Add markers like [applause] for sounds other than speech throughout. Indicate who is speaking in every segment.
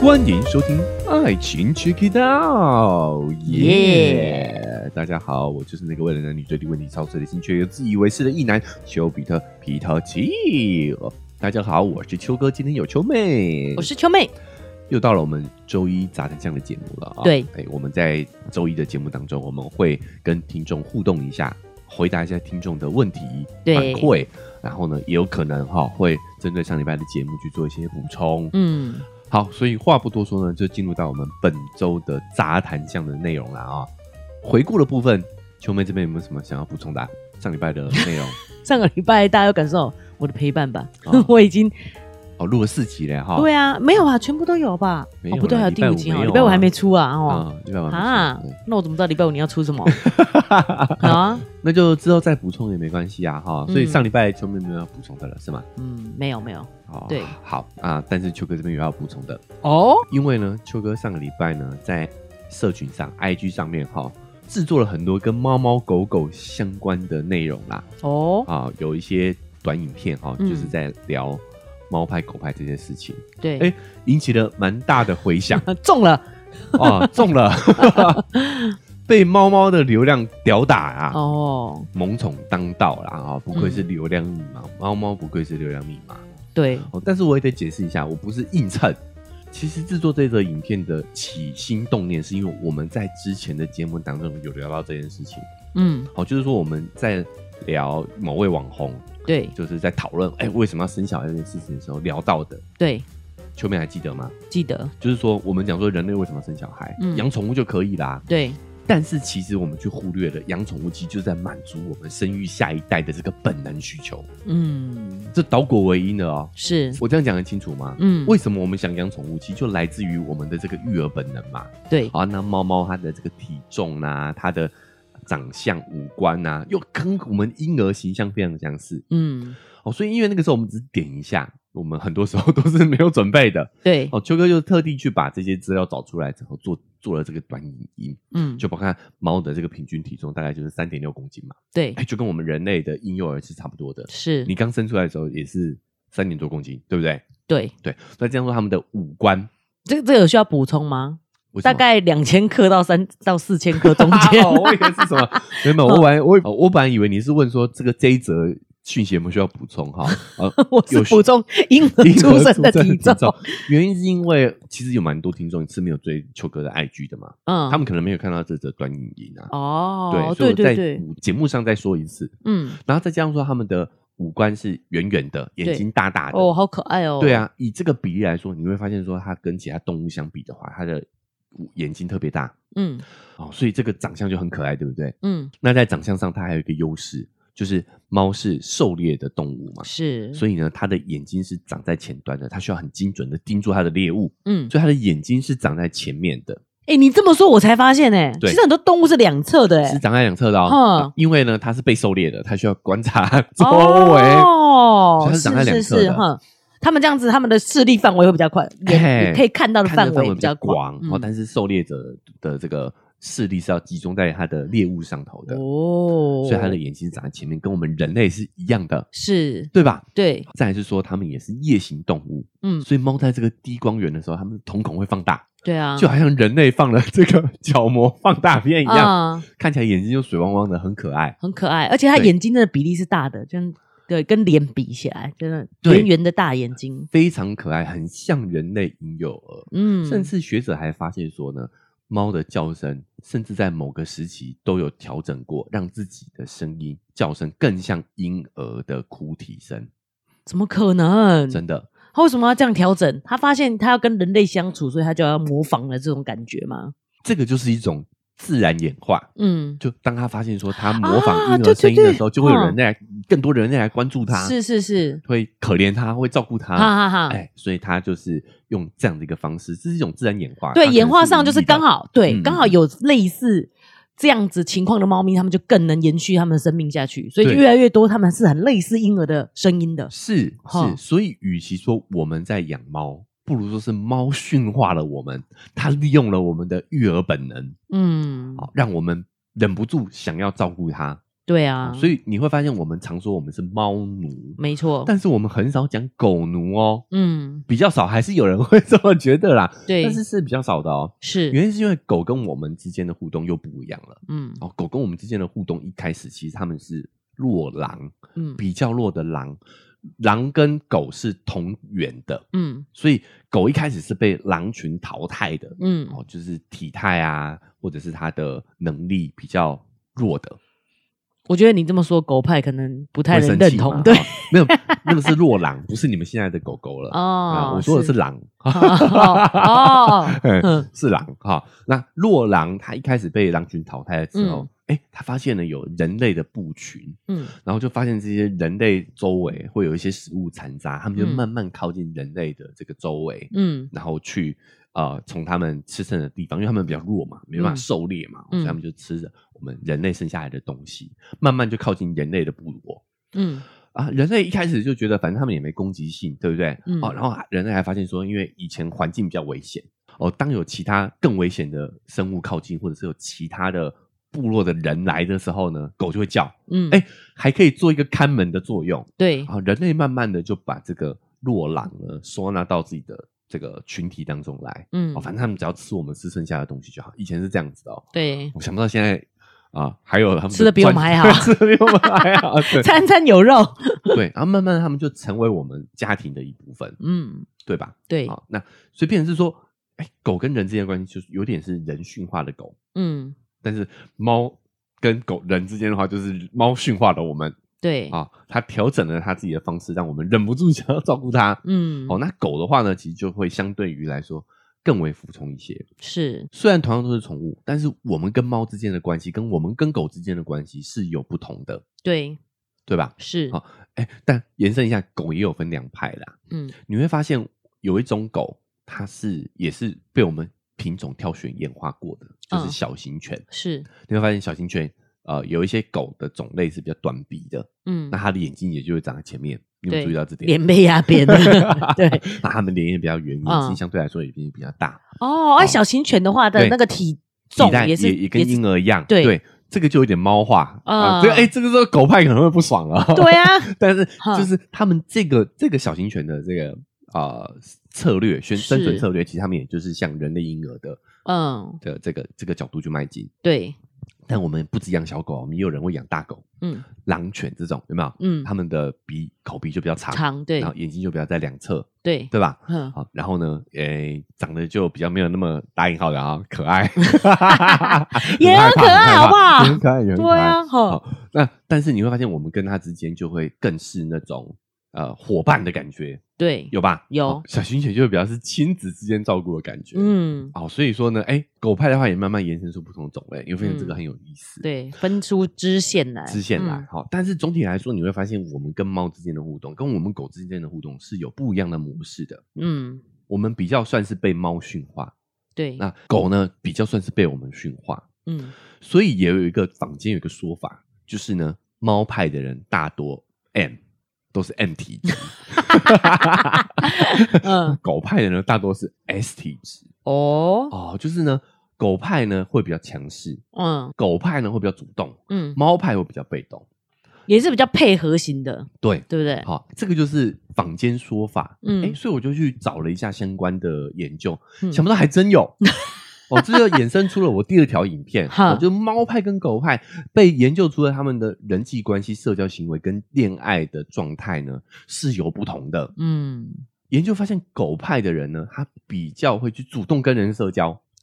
Speaker 1: 欢迎收听《爱情 Check It Out》，耶！大家好，我就是那个为了男女对立问题操碎了心却又自以为是的异男丘比特皮特奇。大家好，我是秋哥，今天有秋妹，
Speaker 2: 我是秋妹，
Speaker 1: 又到了我们周一杂谈酱的节目了啊、
Speaker 2: 对，
Speaker 1: 哎，我们在周一的节目当中，我们会跟听众互动一下，回答一下听众的问题
Speaker 2: 对
Speaker 1: 反馈，然后呢，也有可能哈、会针对上礼拜的节目去做一些补充。
Speaker 2: 嗯，
Speaker 1: 好，所以话不多说呢，就进入到我们本周的杂谈项的内容了啊、回顾的部分，秋妹这边有没有什么想要补充的啊、上礼拜的内容
Speaker 2: 上个礼拜大家有感受到我的陪伴吧？
Speaker 1: 哦
Speaker 2: [laughs] 我已经
Speaker 1: 哦，录了四集了哈。
Speaker 2: 对啊，没有啊，全部都有吧？
Speaker 1: 没有
Speaker 2: 哦，不对，
Speaker 1: 啦
Speaker 2: 还有第五集
Speaker 1: 礼拜五没有啊
Speaker 2: 哦，礼拜五还没出啊，哦。
Speaker 1: 啊，礼拜完
Speaker 2: 啊
Speaker 1: 没事，
Speaker 2: 那我怎么知道礼拜五你要
Speaker 1: [laughs]
Speaker 2: 出什么？啊，
Speaker 1: 那就之后再补充也没关系啊哈。
Speaker 2: 嗯
Speaker 1: 所以上礼拜秋妹没有要补充的了，是吗？
Speaker 2: 嗯，没有没有
Speaker 1: 哦，
Speaker 2: 对
Speaker 1: 好啊，但是秋哥这边有要补充的，
Speaker 2: 哦，
Speaker 1: 因为呢，秋哥上个礼拜呢，在社群上、IG 上面哈，制作了很多跟猫猫狗狗相关的内容啦，
Speaker 2: 哦，
Speaker 1: 啊，有一些短影片哈，就
Speaker 2: 嗯
Speaker 1: 是在聊猫派、狗派这些事情，
Speaker 2: 对，
Speaker 1: 哎引起了蛮大的回
Speaker 2: [laughs]
Speaker 1: 响
Speaker 2: 中了
Speaker 1: 啊，中
Speaker 2: [laughs]
Speaker 1: 了，被猫猫的流量屌打啊，
Speaker 2: 哦，嗯
Speaker 1: 萌宠当道啦啊，不愧是流量密码，猫猫不愧是流量密码。
Speaker 2: 对，
Speaker 1: 哦，但是我也得解释一下，我不是硬蹭。其实制作这则影片的起心动念，是因为我们在之前的节目当中有聊到这件事情。
Speaker 2: 嗯，
Speaker 1: 好，就是说我们在聊某位网红，
Speaker 2: 对
Speaker 1: 就是在讨论哎为什么要生小孩这件事情的时候聊到的。
Speaker 2: 对，
Speaker 1: 秋妹还记得吗？
Speaker 2: 记得
Speaker 1: 就是说我们讲说人类为什么要生小孩，
Speaker 2: 嗯
Speaker 1: 养宠物就可以啦。
Speaker 2: 对，
Speaker 1: 但是其实我们去忽略了养宠物其实就在满足我们生育下一代的这个本能需求，
Speaker 2: 嗯，
Speaker 1: 这倒果为因的哦。
Speaker 2: 是，
Speaker 1: 我这样讲得清楚吗？
Speaker 2: 嗯，
Speaker 1: 为什么我们想养宠物，其实就来自于我们的这个育儿本能嘛。
Speaker 2: 对，
Speaker 1: 啊，那猫猫它的这个体重啊，它的长相、五官啊，又跟我们婴儿形象非常相似
Speaker 2: 嗯，
Speaker 1: 哦。所以因为那个时候我们只是点一下，我们很多时候 [laughs] 都是没有准备的
Speaker 2: 对，
Speaker 1: 哦。秋哥就特地去把这些资料找出来之后，做做了这个短影音，
Speaker 2: 嗯，
Speaker 1: 就包括猫的这个平均体重大概就是三点六公斤嘛，
Speaker 2: 对，
Speaker 1: 哎，就跟我们人类的婴幼儿是差不多的。
Speaker 2: 是
Speaker 1: 你，刚生出来的时候也是三点多公斤，对不对？
Speaker 2: 对，
Speaker 1: 对，那这样说他们的五官。
Speaker 2: 这个这个有需要补充吗？
Speaker 1: 为什
Speaker 2: 大
Speaker 1: 么 [laughs]
Speaker 2: 概两千克到三到四千克中间。
Speaker 1: 哦，我以为是什么？没有，没有我本来我以我本来以为你是问说这个这一则讯息有没有需要补充哈？
Speaker 2: [laughs]
Speaker 1: 呃
Speaker 2: [laughs] 我是
Speaker 1: 有
Speaker 2: 补充婴儿
Speaker 1: 婴
Speaker 2: 出
Speaker 1: 儿
Speaker 2: 生的
Speaker 1: 出
Speaker 2: 体重，，
Speaker 1: 原因是因为其实有蛮多听众是没有追秋哥的 IG 的嘛，
Speaker 2: 嗯，
Speaker 1: 他们可能没有看到这则短影音啊。
Speaker 2: 哦，
Speaker 1: 所以
Speaker 2: 对
Speaker 1: 我在
Speaker 2: 对对，
Speaker 1: 节目上再说一次，
Speaker 2: 嗯，
Speaker 1: 然后再加上说他们的五官是圆圆的，眼睛大大的。
Speaker 2: 哦，好可爱哦，
Speaker 1: 对，啊，以这个比例来说，你会发现说它跟其他动物相比的话，它的眼睛特别大
Speaker 2: 嗯
Speaker 1: 哦，所以这个长相就很可爱，对不对？
Speaker 2: 嗯，
Speaker 1: 那在长相上，它还有一个优势，就是猫是狩猎的动物嘛，
Speaker 2: 是，
Speaker 1: 所以呢，它的眼睛是长在前端的，它需要很精准的盯住它的猎物，
Speaker 2: 嗯，
Speaker 1: 所以它的眼睛是长在前面的，
Speaker 2: 哎，你这么说，我才发现哎，
Speaker 1: 对
Speaker 2: 其实很多动物是两侧的
Speaker 1: 是
Speaker 2: 哎，
Speaker 1: 长在两侧的哦
Speaker 2: 嗯。
Speaker 1: 因为呢，它是被狩猎的，它需要观察周围。
Speaker 2: 哦
Speaker 1: 所以它，是长在两
Speaker 2: 是
Speaker 1: 侧的
Speaker 2: 是哈，他们这样子，他们的视力范围会比较宽，
Speaker 1: 哎
Speaker 2: 也可以看到的
Speaker 1: 看的
Speaker 2: 范
Speaker 1: 范围
Speaker 2: 围
Speaker 1: 比
Speaker 2: 较
Speaker 1: 广哦，
Speaker 2: 嗯
Speaker 1: 但是狩猎者的这个视力是要集中在它的猎物上头的，
Speaker 2: 哦，
Speaker 1: 所以它的眼睛是长在前面，跟我们人类是一样的，
Speaker 2: 是，
Speaker 1: 对吧？
Speaker 2: 对，
Speaker 1: 再来是说，它们也是夜行动物，
Speaker 2: 嗯，
Speaker 1: 所以猫在这个低光源的时候，它们的瞳孔会放大，
Speaker 2: 对啊，
Speaker 1: 就好像人类放了这个角膜放大片一样，
Speaker 2: 啊，
Speaker 1: 看起来眼睛就水汪汪的，很可爱。
Speaker 2: 很可爱，而且它
Speaker 1: 对
Speaker 2: 眼睛真的比例是大的，真对，跟脸比起来，真的
Speaker 1: 对
Speaker 2: 圆圆的大眼睛，
Speaker 1: 非常可爱，很像人类婴幼儿。
Speaker 2: 嗯，
Speaker 1: 甚至学者还发现说呢，猫的叫声甚至在某个时期都有调整过，让自己的声音叫声更像婴儿的哭啼声。
Speaker 2: 怎么可能？
Speaker 1: 真的，
Speaker 2: 他为什么要这样调整？他发现他要跟人类相处，所以他就要模仿了这种感觉嘛。
Speaker 1: 这个就是一种自然演化。
Speaker 2: 嗯，
Speaker 1: 就当他发现说他模仿婴
Speaker 2: 啊
Speaker 1: 儿
Speaker 2: 对对
Speaker 1: 声音的
Speaker 2: 对
Speaker 1: 时候，就会有
Speaker 2: 嗯
Speaker 1: 人类来、更多人类来关注他。
Speaker 2: 是啊是是，
Speaker 1: 会可怜他，会照顾他，
Speaker 2: 哈哈哈。
Speaker 1: 哎，所以他就是用这样的一个方式，这是一种自然演化。
Speaker 2: 对，
Speaker 1: 它可能
Speaker 2: 演化上就是刚好对
Speaker 1: 嗯，
Speaker 2: 刚好有类似这样子情况的猫咪，它们就更能延续它们的生命下去，所以就
Speaker 1: 对
Speaker 2: 越来越多，它们是很类似婴儿的声音的。
Speaker 1: 是是
Speaker 2: 哈
Speaker 1: 是，所以与其说我们在养猫，不如说是猫驯化了我们，它利用了我们的育儿本能，
Speaker 2: 嗯，
Speaker 1: 好让我们忍不住想要照顾它。
Speaker 2: 对啊，
Speaker 1: 所
Speaker 2: 以
Speaker 1: 以你会发现我们常说我们是猫奴，
Speaker 2: 没错，
Speaker 1: 但是我们很少讲狗奴哦，
Speaker 2: 嗯，
Speaker 1: 比较少，还是有人 [laughs] 会这么觉得啦，
Speaker 2: 对，
Speaker 1: 但是是比较少的哦。
Speaker 2: 是
Speaker 1: 原因是因为狗跟我们之间的互动又不一样了。
Speaker 2: 嗯
Speaker 1: 哦，狗跟我们之间的互动一开始其实他们是弱狼，
Speaker 2: 嗯
Speaker 1: 比较弱的狼，狼跟狗是同源的，
Speaker 2: 嗯
Speaker 1: 所以狗一开始是被狼群淘汰的。
Speaker 2: 嗯，
Speaker 1: 哦，就是体态啊，或者是它的能力比较弱的，
Speaker 2: 我觉得你这么说，狗派可能不
Speaker 1: 会
Speaker 2: 太能
Speaker 1: 生
Speaker 2: 认
Speaker 1: 气嘛
Speaker 2: 同，对
Speaker 1: 哦没有，那个是弱狼，不是你们现在的狗狗了。啊，
Speaker 2: 哦，
Speaker 1: 我说的是狼， [laughs]
Speaker 2: 哦哦
Speaker 1: 嗯
Speaker 2: 嗯
Speaker 1: 是狼哈、那洛狼它一开始被狼群淘汰了之后
Speaker 2: 嗯，
Speaker 1: 哎、它发现了有人类的布群，
Speaker 2: 嗯
Speaker 1: 然后就发现这些人类周围会有一些食物残渣，他们就
Speaker 2: 嗯
Speaker 1: 慢慢靠近人类的这个周围，
Speaker 2: 嗯
Speaker 1: 然后去呃从他们吃剩的地方，因为他们比较弱嘛，没办法
Speaker 2: 嗯
Speaker 1: 狩猎嘛，
Speaker 2: 嗯
Speaker 1: 所以他们就吃着我们人类剩下来的东西，慢慢就靠近人类的部落。
Speaker 2: 嗯
Speaker 1: 啊，人类一开始就觉得，反正他们也没攻击性，对不对？
Speaker 2: 嗯
Speaker 1: 哦，然后人类还发现说，因为以前环境比较危险，哦，当有其他更危险的生物靠近，或者是有其他的部落的人来的时候呢，狗就会叫，
Speaker 2: 嗯，
Speaker 1: 哎，还可以做一个看门的作用。
Speaker 2: 对，
Speaker 1: 啊，人类慢慢的就把这个洛狼呢收纳到自己的这个群体当中来。
Speaker 2: 嗯
Speaker 1: 哦，，反正他们只要吃我们吃剩下的东西就好。以前是这样子的哦，
Speaker 2: 对，
Speaker 1: 我想不到现在啊，还有他们
Speaker 2: 吃得比我们
Speaker 1: 专
Speaker 2: 还好啊
Speaker 1: [laughs] 吃的比我们还
Speaker 2: [laughs]
Speaker 1: 好。对
Speaker 2: 餐餐有
Speaker 1: [laughs]
Speaker 2: 肉，
Speaker 1: 对，然后慢慢地他们就成为我们家庭的一部分，
Speaker 2: 嗯，
Speaker 1: 对吧？
Speaker 2: 对，
Speaker 1: 好，那所以变成是说，哎，狗跟人之间的关系就是有点是人驯化的狗，
Speaker 2: 嗯，
Speaker 1: 但是猫跟狗人之间的话，就是猫驯化了我们
Speaker 2: 对，
Speaker 1: 啊，它调整了它自己的方式，让我们忍不住想要照顾它。
Speaker 2: 嗯，
Speaker 1: 哦，那狗的话呢，其实就会相对于来说更为服从一些。
Speaker 2: 是，
Speaker 1: 虽然同样都是宠物，但是我们跟猫之间的关系，跟我们跟狗之间的关系是有不同的，
Speaker 2: 对，
Speaker 1: 对吧？
Speaker 2: 是，
Speaker 1: 好哎，但延伸一下，狗也有分两派啦。
Speaker 2: 嗯
Speaker 1: 你会发现有一种狗，它是也是被我们品种挑选演化过的，就是
Speaker 2: 嗯
Speaker 1: 小型犬。
Speaker 2: 是，
Speaker 1: 你会发现小型犬，呃，有一些狗的种类是比较短鼻的，
Speaker 2: 嗯
Speaker 1: 那，它的眼睛也就会长在前面。你有没有
Speaker 2: 对
Speaker 1: 注意到这点？
Speaker 2: 脸被压扁了，
Speaker 1: [laughs]
Speaker 2: 对，
Speaker 1: 那它们脸也比较圆，眼睛
Speaker 2: 嗯
Speaker 1: 相对来说也比比较大，
Speaker 2: 哦，哎，小型犬的话的
Speaker 1: 对
Speaker 2: 那个体
Speaker 1: 体
Speaker 2: 重
Speaker 1: 态
Speaker 2: 也是
Speaker 1: 也也跟婴
Speaker 2: 儿，
Speaker 1: 儿一样。
Speaker 2: 对
Speaker 1: 对，这个就有点猫化啊。
Speaker 2: 嗯
Speaker 1: 这个哎，这个时候狗派可能会不爽了。
Speaker 2: 对啊，
Speaker 1: [laughs] 但是
Speaker 2: 哈
Speaker 1: 就是他们这个这个小型犬的这个呃策略，选生存
Speaker 2: 是
Speaker 1: 策略，其实他们也就是向人类婴儿的
Speaker 2: 嗯，
Speaker 1: 的这个这个角度去迈进。
Speaker 2: 对，
Speaker 1: 但我们不止养小狗，我们也有人会养大狗，
Speaker 2: 嗯
Speaker 1: 狼犬这种有没有？
Speaker 2: 嗯，
Speaker 1: 他们的鼻口鼻就比较长，
Speaker 2: 长，对
Speaker 1: 然后眼睛就比较在两侧，
Speaker 2: 对，
Speaker 1: 对吧？
Speaker 2: 嗯，
Speaker 1: 好，然后呢，诶，长得就比较没有那么打引号的啊，可爱，
Speaker 2: [laughs] 也很可爱好不好
Speaker 1: 也很可爱，也很可
Speaker 2: 对
Speaker 1: 爱。哦
Speaker 2: 啊，好，
Speaker 1: 好，那但是你会发现，我们跟它之间就会更是那种呃伙伴的感觉，
Speaker 2: 对，
Speaker 1: 有吧？
Speaker 2: 有
Speaker 1: 哦小型犬就会比较是亲子之间照顾的感觉。嗯，
Speaker 2: 嗯，
Speaker 1: 哦，所以说呢，哎，狗派的话也慢慢延伸出不同种类，你会发现这个
Speaker 2: 嗯
Speaker 1: 很有意思。。
Speaker 2: 对，分出支线来，
Speaker 1: 支线来
Speaker 2: 嗯，
Speaker 1: 好、但是总体来说，你会发现我们跟猫之间的互动，跟我们狗之间的互动是有不一样的模式的。
Speaker 2: 嗯，
Speaker 1: 我们比较算是被猫驯化，
Speaker 2: 对，
Speaker 1: 那狗呢比较算是被我们驯化。
Speaker 2: 嗯
Speaker 1: 所以也有一个坊间有一个说法，就是呢，猫派的人大多 M 都是 M 体质，
Speaker 2: 嗯，
Speaker 1: [laughs] 狗派的呢大多是 S 体质。
Speaker 2: 哦，
Speaker 1: 哦，就是呢，狗派呢会比较强势，
Speaker 2: 嗯
Speaker 1: 狗派呢会比较主动，
Speaker 2: 嗯，
Speaker 1: 猫派会比较被动。
Speaker 2: 也是比较配合型的，
Speaker 1: 对，
Speaker 2: 对不对？
Speaker 1: 好、这个就是坊间说法。嗯，
Speaker 2: 嗯
Speaker 1: 哎，所以我就去找了一下相关的研究，
Speaker 2: 嗯
Speaker 1: 想不到还真有。哦，这就衍生出了我第二条影片，
Speaker 2: [laughs] 哈
Speaker 1: 哦就猫派跟狗派被研究出了他们的人际关系、社交行为跟恋爱的状态呢是有不同的。
Speaker 2: 嗯，
Speaker 1: 研究发现，狗派的人呢，他比较会去主动跟人社交哦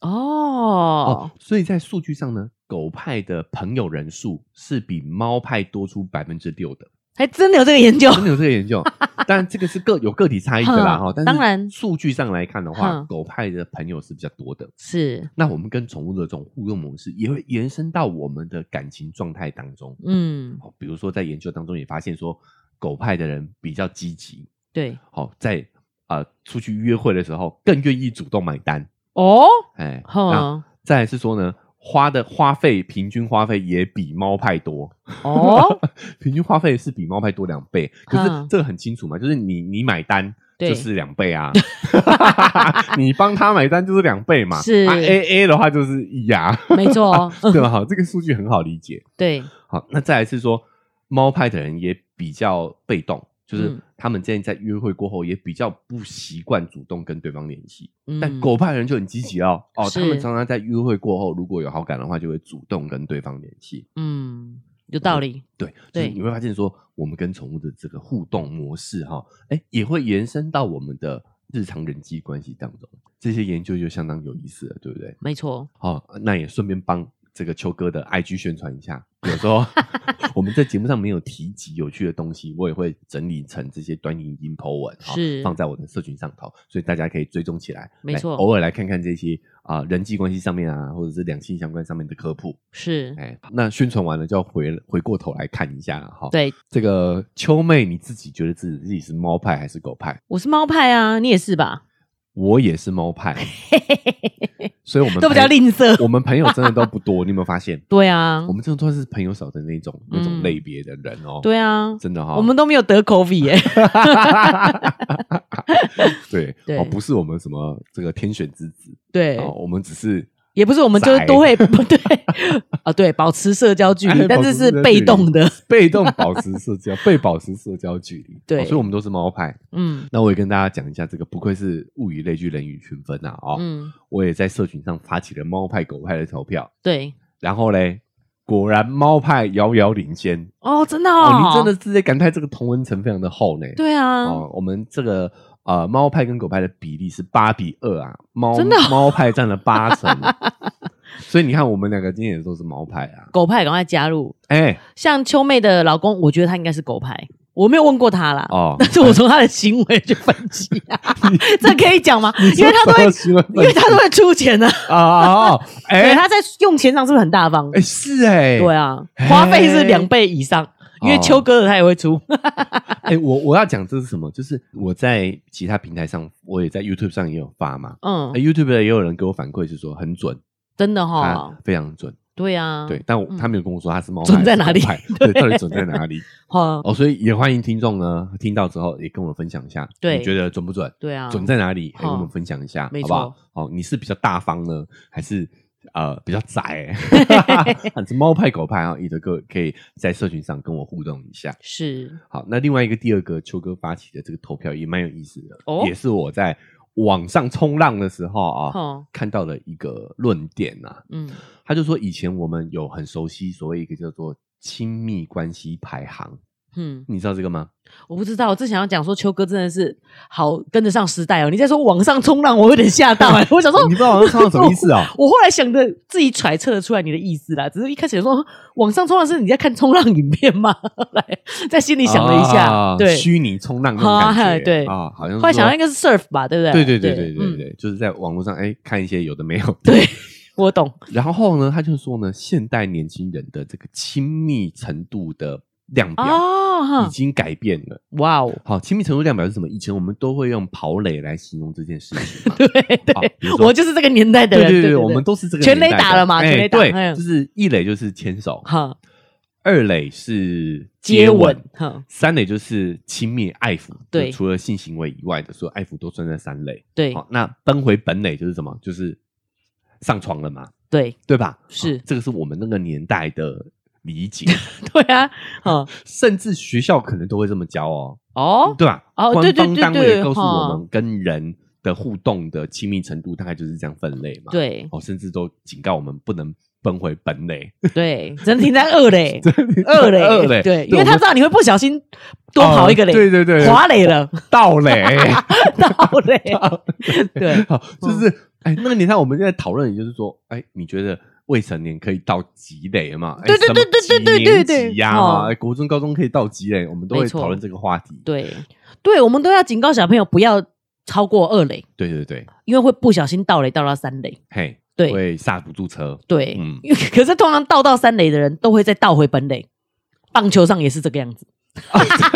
Speaker 2: 哦，
Speaker 1: 所以在数据上呢，狗派的朋友人数是比猫派多出百分之六的。
Speaker 2: 还真的有这个
Speaker 1: [laughs]
Speaker 2: 研究，
Speaker 1: 真的有这个研
Speaker 2: [laughs]
Speaker 1: 究，当然这个是个有个体差异的啦
Speaker 2: 哼
Speaker 1: 哈。但是
Speaker 2: 当然
Speaker 1: 数据上来看的话，
Speaker 2: 哼
Speaker 1: 狗派的朋友是比较多的。
Speaker 2: 是，
Speaker 1: 那我们跟宠物的这种互动模式也会延伸到我们的感情状态当中。哦
Speaker 2: 嗯，
Speaker 1: 好，比如说在研究当中也发现说，狗派的人比较积极，
Speaker 2: 对，
Speaker 1: 好，在呃出去约会的时候更愿意主动买单。
Speaker 2: 哦，
Speaker 1: 哎，那
Speaker 2: 哼，
Speaker 1: 再来是说呢，花的花费平均花费也比猫派多。 [laughs]
Speaker 2: 哦，
Speaker 1: 平均花费是比猫派多两倍，可是
Speaker 2: 嗯
Speaker 1: 这个很清楚嘛，就是你你买单
Speaker 2: 对
Speaker 1: 就是两倍
Speaker 2: [laughs]
Speaker 1: 啊， [laughs] 你帮他买单就是两倍嘛，
Speaker 2: 是
Speaker 1: 啊、A A 的话就是一呀、
Speaker 2: 没错，哦
Speaker 1: 对吧？好，这个数据很好理解。
Speaker 2: 对，
Speaker 1: 好，那再来是说，猫派的人也比较被动，就是
Speaker 2: 嗯
Speaker 1: 他们现在在约会过后也比较不习惯主动跟对方联系。[laughs]
Speaker 2: 嗯
Speaker 1: 但狗派的人就很积极哦，哦，
Speaker 2: 是
Speaker 1: 他们常常在约会过后如果有好感的话，就会主动跟对方联系。
Speaker 2: 嗯有道理，
Speaker 1: 对，就是
Speaker 2: 对
Speaker 1: 你会发现说，我们跟宠物的这个互动模式哈、哎，也会延伸到我们的日常人际关系当中。这些研究就相当有意思了，对不对？
Speaker 2: 没错，
Speaker 1: 好、那也顺便帮这个秋哥的 IG 宣传一下。有时
Speaker 2: [laughs]
Speaker 1: 候我们在节目上没有提及有趣的东西，我也会整理成这些短影音 po 文，哈
Speaker 2: 是
Speaker 1: 放在我的社群上头，所以大家可以追踪起来。
Speaker 2: 没
Speaker 1: 来
Speaker 2: 错
Speaker 1: 偶尔来看看这些啊、人际关系上面啊，或者是两性相关上面的科普。
Speaker 2: 是
Speaker 1: 哎，那宣传完了就要回回过头来看一下了哈。，
Speaker 2: 对。
Speaker 1: 这个秋妹，你自己觉得自己自己是猫派还是狗派？
Speaker 2: 我是猫派啊，你也是吧？
Speaker 1: 我也是猫
Speaker 2: [laughs]
Speaker 1: 派，所以我们
Speaker 2: 都比较
Speaker 1: 朋友
Speaker 2: 吝啬。
Speaker 1: 我们朋友真的都不多，你有没有发现？
Speaker 2: 对啊
Speaker 1: 我，们哦真的都是朋友少的那种那种
Speaker 2: 嗯
Speaker 1: 类别的人哦。
Speaker 2: 对啊，
Speaker 1: 真的哈、
Speaker 2: 我们都没有得 COVID 耶、 [laughs]
Speaker 1: 对
Speaker 2: 对
Speaker 1: 哦，不是我们什么这个天选之子
Speaker 2: 对，
Speaker 1: 哦，我们只是
Speaker 2: 也不是我们就
Speaker 1: 宅
Speaker 2: 都会 [laughs] 不对啊，对，保持社交距离，
Speaker 1: 哎
Speaker 2: 但
Speaker 1: 保
Speaker 2: 是
Speaker 1: 持
Speaker 2: 是
Speaker 1: 社交
Speaker 2: 被
Speaker 1: 距离
Speaker 2: 动的。
Speaker 1: 被动保持社交， [laughs] 被保持社交距离。
Speaker 2: 对
Speaker 1: 哦所以我们都是猫派。
Speaker 2: 嗯
Speaker 1: 那我也跟大家讲一下，这个不愧是物以类聚，人以群分啊！哦，
Speaker 2: 嗯，
Speaker 1: 我也在社群上发起了猫派、狗派的投票，
Speaker 2: 对。
Speaker 1: 然后嘞，果然猫派遥遥领先
Speaker 2: 哦，真的
Speaker 1: 哦
Speaker 2: 哦，
Speaker 1: 你真的是在感叹这个同温层非常的厚呢。
Speaker 2: 对啊，
Speaker 1: 哦，我们这个呃猫派跟狗派的比例是八比二啊，猫
Speaker 2: 真的哦
Speaker 1: 猫派占了八
Speaker 2: [laughs]
Speaker 1: 成，所以你看我们两个今天也都是猫派啊。
Speaker 2: 狗派赶快加入。
Speaker 1: 哎、
Speaker 2: 像秋妹的老公，我觉得他应该是狗派，我没有问过他啦。
Speaker 1: 哦，
Speaker 2: 但是我从他的行为去分析、啊
Speaker 1: [laughs]
Speaker 2: 这可以讲吗？因为他都会，因为他都会出钱啊。
Speaker 1: 啊啊啊！
Speaker 2: 对，
Speaker 1: 哎
Speaker 2: 他在用钱上是不是很大方？
Speaker 1: 哎是哎，
Speaker 2: 对啊，
Speaker 1: 哎
Speaker 2: 花费是两倍以上，因为秋哥的他也会出。
Speaker 1: 哎、我我要讲这是什么？就是我在其他平台上，我也在 YouTube 上也有发嘛。
Speaker 2: 嗯
Speaker 1: 哎、，y o u t u b e 也有人给我反馈是说很准，
Speaker 2: 真的
Speaker 1: 他、
Speaker 2: 哈，
Speaker 1: 非常准。
Speaker 2: 对啊，
Speaker 1: 对，，但我、
Speaker 2: 哦嗯
Speaker 1: 他没有跟我说他是猫
Speaker 2: 准
Speaker 1: 派
Speaker 2: 在
Speaker 1: 还是
Speaker 2: 哪里
Speaker 1: 狗
Speaker 2: [laughs]
Speaker 1: 派对，到底准在哪里？
Speaker 2: 哈，
Speaker 1: 哦，所以也欢迎听众呢，听到之后也跟我们分享一下，
Speaker 2: 对
Speaker 1: 你觉得准不准？
Speaker 2: 对啊，
Speaker 1: 准在哪里？也跟我们
Speaker 2: 哦
Speaker 1: 分享一下，
Speaker 2: 没
Speaker 1: 好不好？哦，你是比较大方呢，还是呃比较窄、
Speaker 2: [laughs]
Speaker 1: [laughs] 你是猫派狗派啊？一德哥可以在社群上跟我互动一下。
Speaker 2: 是
Speaker 1: 好，那另外一个第二个秋哥发起的这个投票也蛮有意思的，
Speaker 2: 哦
Speaker 1: 也是我在网上冲浪的时候啊，
Speaker 2: 哈，
Speaker 1: 看到了一个论点呐、啊，
Speaker 2: 嗯，
Speaker 1: 他就说以前我们有很熟悉所谓一个叫做亲密关系排行，
Speaker 2: 嗯，
Speaker 1: 你知道这个吗？
Speaker 2: 我不知道，我正想要讲说秋哥真的是好跟得上时代哦。你在说网上冲浪，我有点吓 [laughs] 到哎、我想说？
Speaker 1: 你不知道网上冲浪什么意思啊
Speaker 2: [laughs] 我后来想的，自己揣测得出来你的意思啦，只是一开始想说网上冲浪是你在看冲浪影片吗？ [laughs] 后来在心里想了一下，
Speaker 1: 啊
Speaker 2: 对，
Speaker 1: 虚拟冲浪那种感觉，
Speaker 2: 啊对
Speaker 1: 啊，好像是
Speaker 2: 后来想到应
Speaker 1: 说
Speaker 2: 该是 surf 吧，对不对？
Speaker 1: 对对对对对对
Speaker 2: 嗯
Speaker 1: 对，就是在网络上哎看一些有的没有的，
Speaker 2: 对我懂，
Speaker 1: [laughs] 然后呢，他就说呢，现代年轻人的这个亲密程度的量表。
Speaker 2: 哦，
Speaker 1: 已
Speaker 2: 哈
Speaker 1: 经改变了。
Speaker 2: 哇哦，
Speaker 1: 好，亲密程度量表是什么？以前我们都会用跑垒来形容这件事情嘛。
Speaker 2: [laughs] 对对，
Speaker 1: 好比如说
Speaker 2: 我就是这个年代的
Speaker 1: 对
Speaker 2: 人，
Speaker 1: 对对
Speaker 2: 对
Speaker 1: 我们都是这个
Speaker 2: 全
Speaker 1: 年代
Speaker 2: 垒打
Speaker 1: 的
Speaker 2: 了嘛
Speaker 1: 哎
Speaker 2: 全垒打
Speaker 1: 对，
Speaker 2: 嗯
Speaker 1: 就是一垒就是牵手，
Speaker 2: 哈
Speaker 1: 二垒是
Speaker 2: 接
Speaker 1: 吻
Speaker 2: 吻，，哈
Speaker 1: 三垒就是亲密爱抚。
Speaker 2: 对
Speaker 1: 就除了性行为以外的，所有爱抚都算在三类。
Speaker 2: 对
Speaker 1: 好，那奔回本垒就是什么？就是上床了嘛，
Speaker 2: 对
Speaker 1: 对吧？
Speaker 2: 是
Speaker 1: 好这个是我们那个年代的理解， [laughs]
Speaker 2: 对啊，哈
Speaker 1: 甚至学校可能都会这么教哦。
Speaker 2: 哦，
Speaker 1: 对吧？
Speaker 2: 哦
Speaker 1: 官
Speaker 2: 对对
Speaker 1: 方
Speaker 2: 对
Speaker 1: 单位
Speaker 2: 对
Speaker 1: 也告诉
Speaker 2: 哈
Speaker 1: 我们跟人的互动的亲密程度大概就是这样分类嘛。，
Speaker 2: 对
Speaker 1: 哦，甚至都警告我们不能奔回本垒，
Speaker 2: 对，真的停在
Speaker 1: [laughs]
Speaker 2: 二垒，二垒，
Speaker 1: 二垒，
Speaker 2: 对，因为
Speaker 1: 我
Speaker 2: 他
Speaker 1: 们
Speaker 2: 知道你会不小心多跑一个
Speaker 1: 哦对对
Speaker 2: 垒，
Speaker 1: 对，
Speaker 2: 滑垒了，
Speaker 1: 倒垒，
Speaker 2: 到垒， [laughs] 对，
Speaker 1: [laughs]
Speaker 2: 嗯
Speaker 1: 好，就是哎，那个年代我们现在讨论，也就是说，哎，你觉得？未成年可以到几垒嘛？哎
Speaker 2: 对对
Speaker 1: 什么
Speaker 2: 对对对对
Speaker 1: 几年
Speaker 2: 对
Speaker 1: 级呀、
Speaker 2: 哦
Speaker 1: 哎国中、高中可以到几垒？我们都
Speaker 2: 没
Speaker 1: 会
Speaker 2: 错
Speaker 1: 讨论这个话题。
Speaker 2: 对对，我们都要警告小朋友不要超过二垒，
Speaker 1: 对对对，
Speaker 2: 因为会不小心倒垒到到三垒。
Speaker 1: 嘿，
Speaker 2: 对
Speaker 1: 会刹不住车。 [laughs]
Speaker 2: 对，
Speaker 1: 嗯
Speaker 2: 因为可是通常倒到三垒的人都会再倒回本垒，棒球上也是这个样子，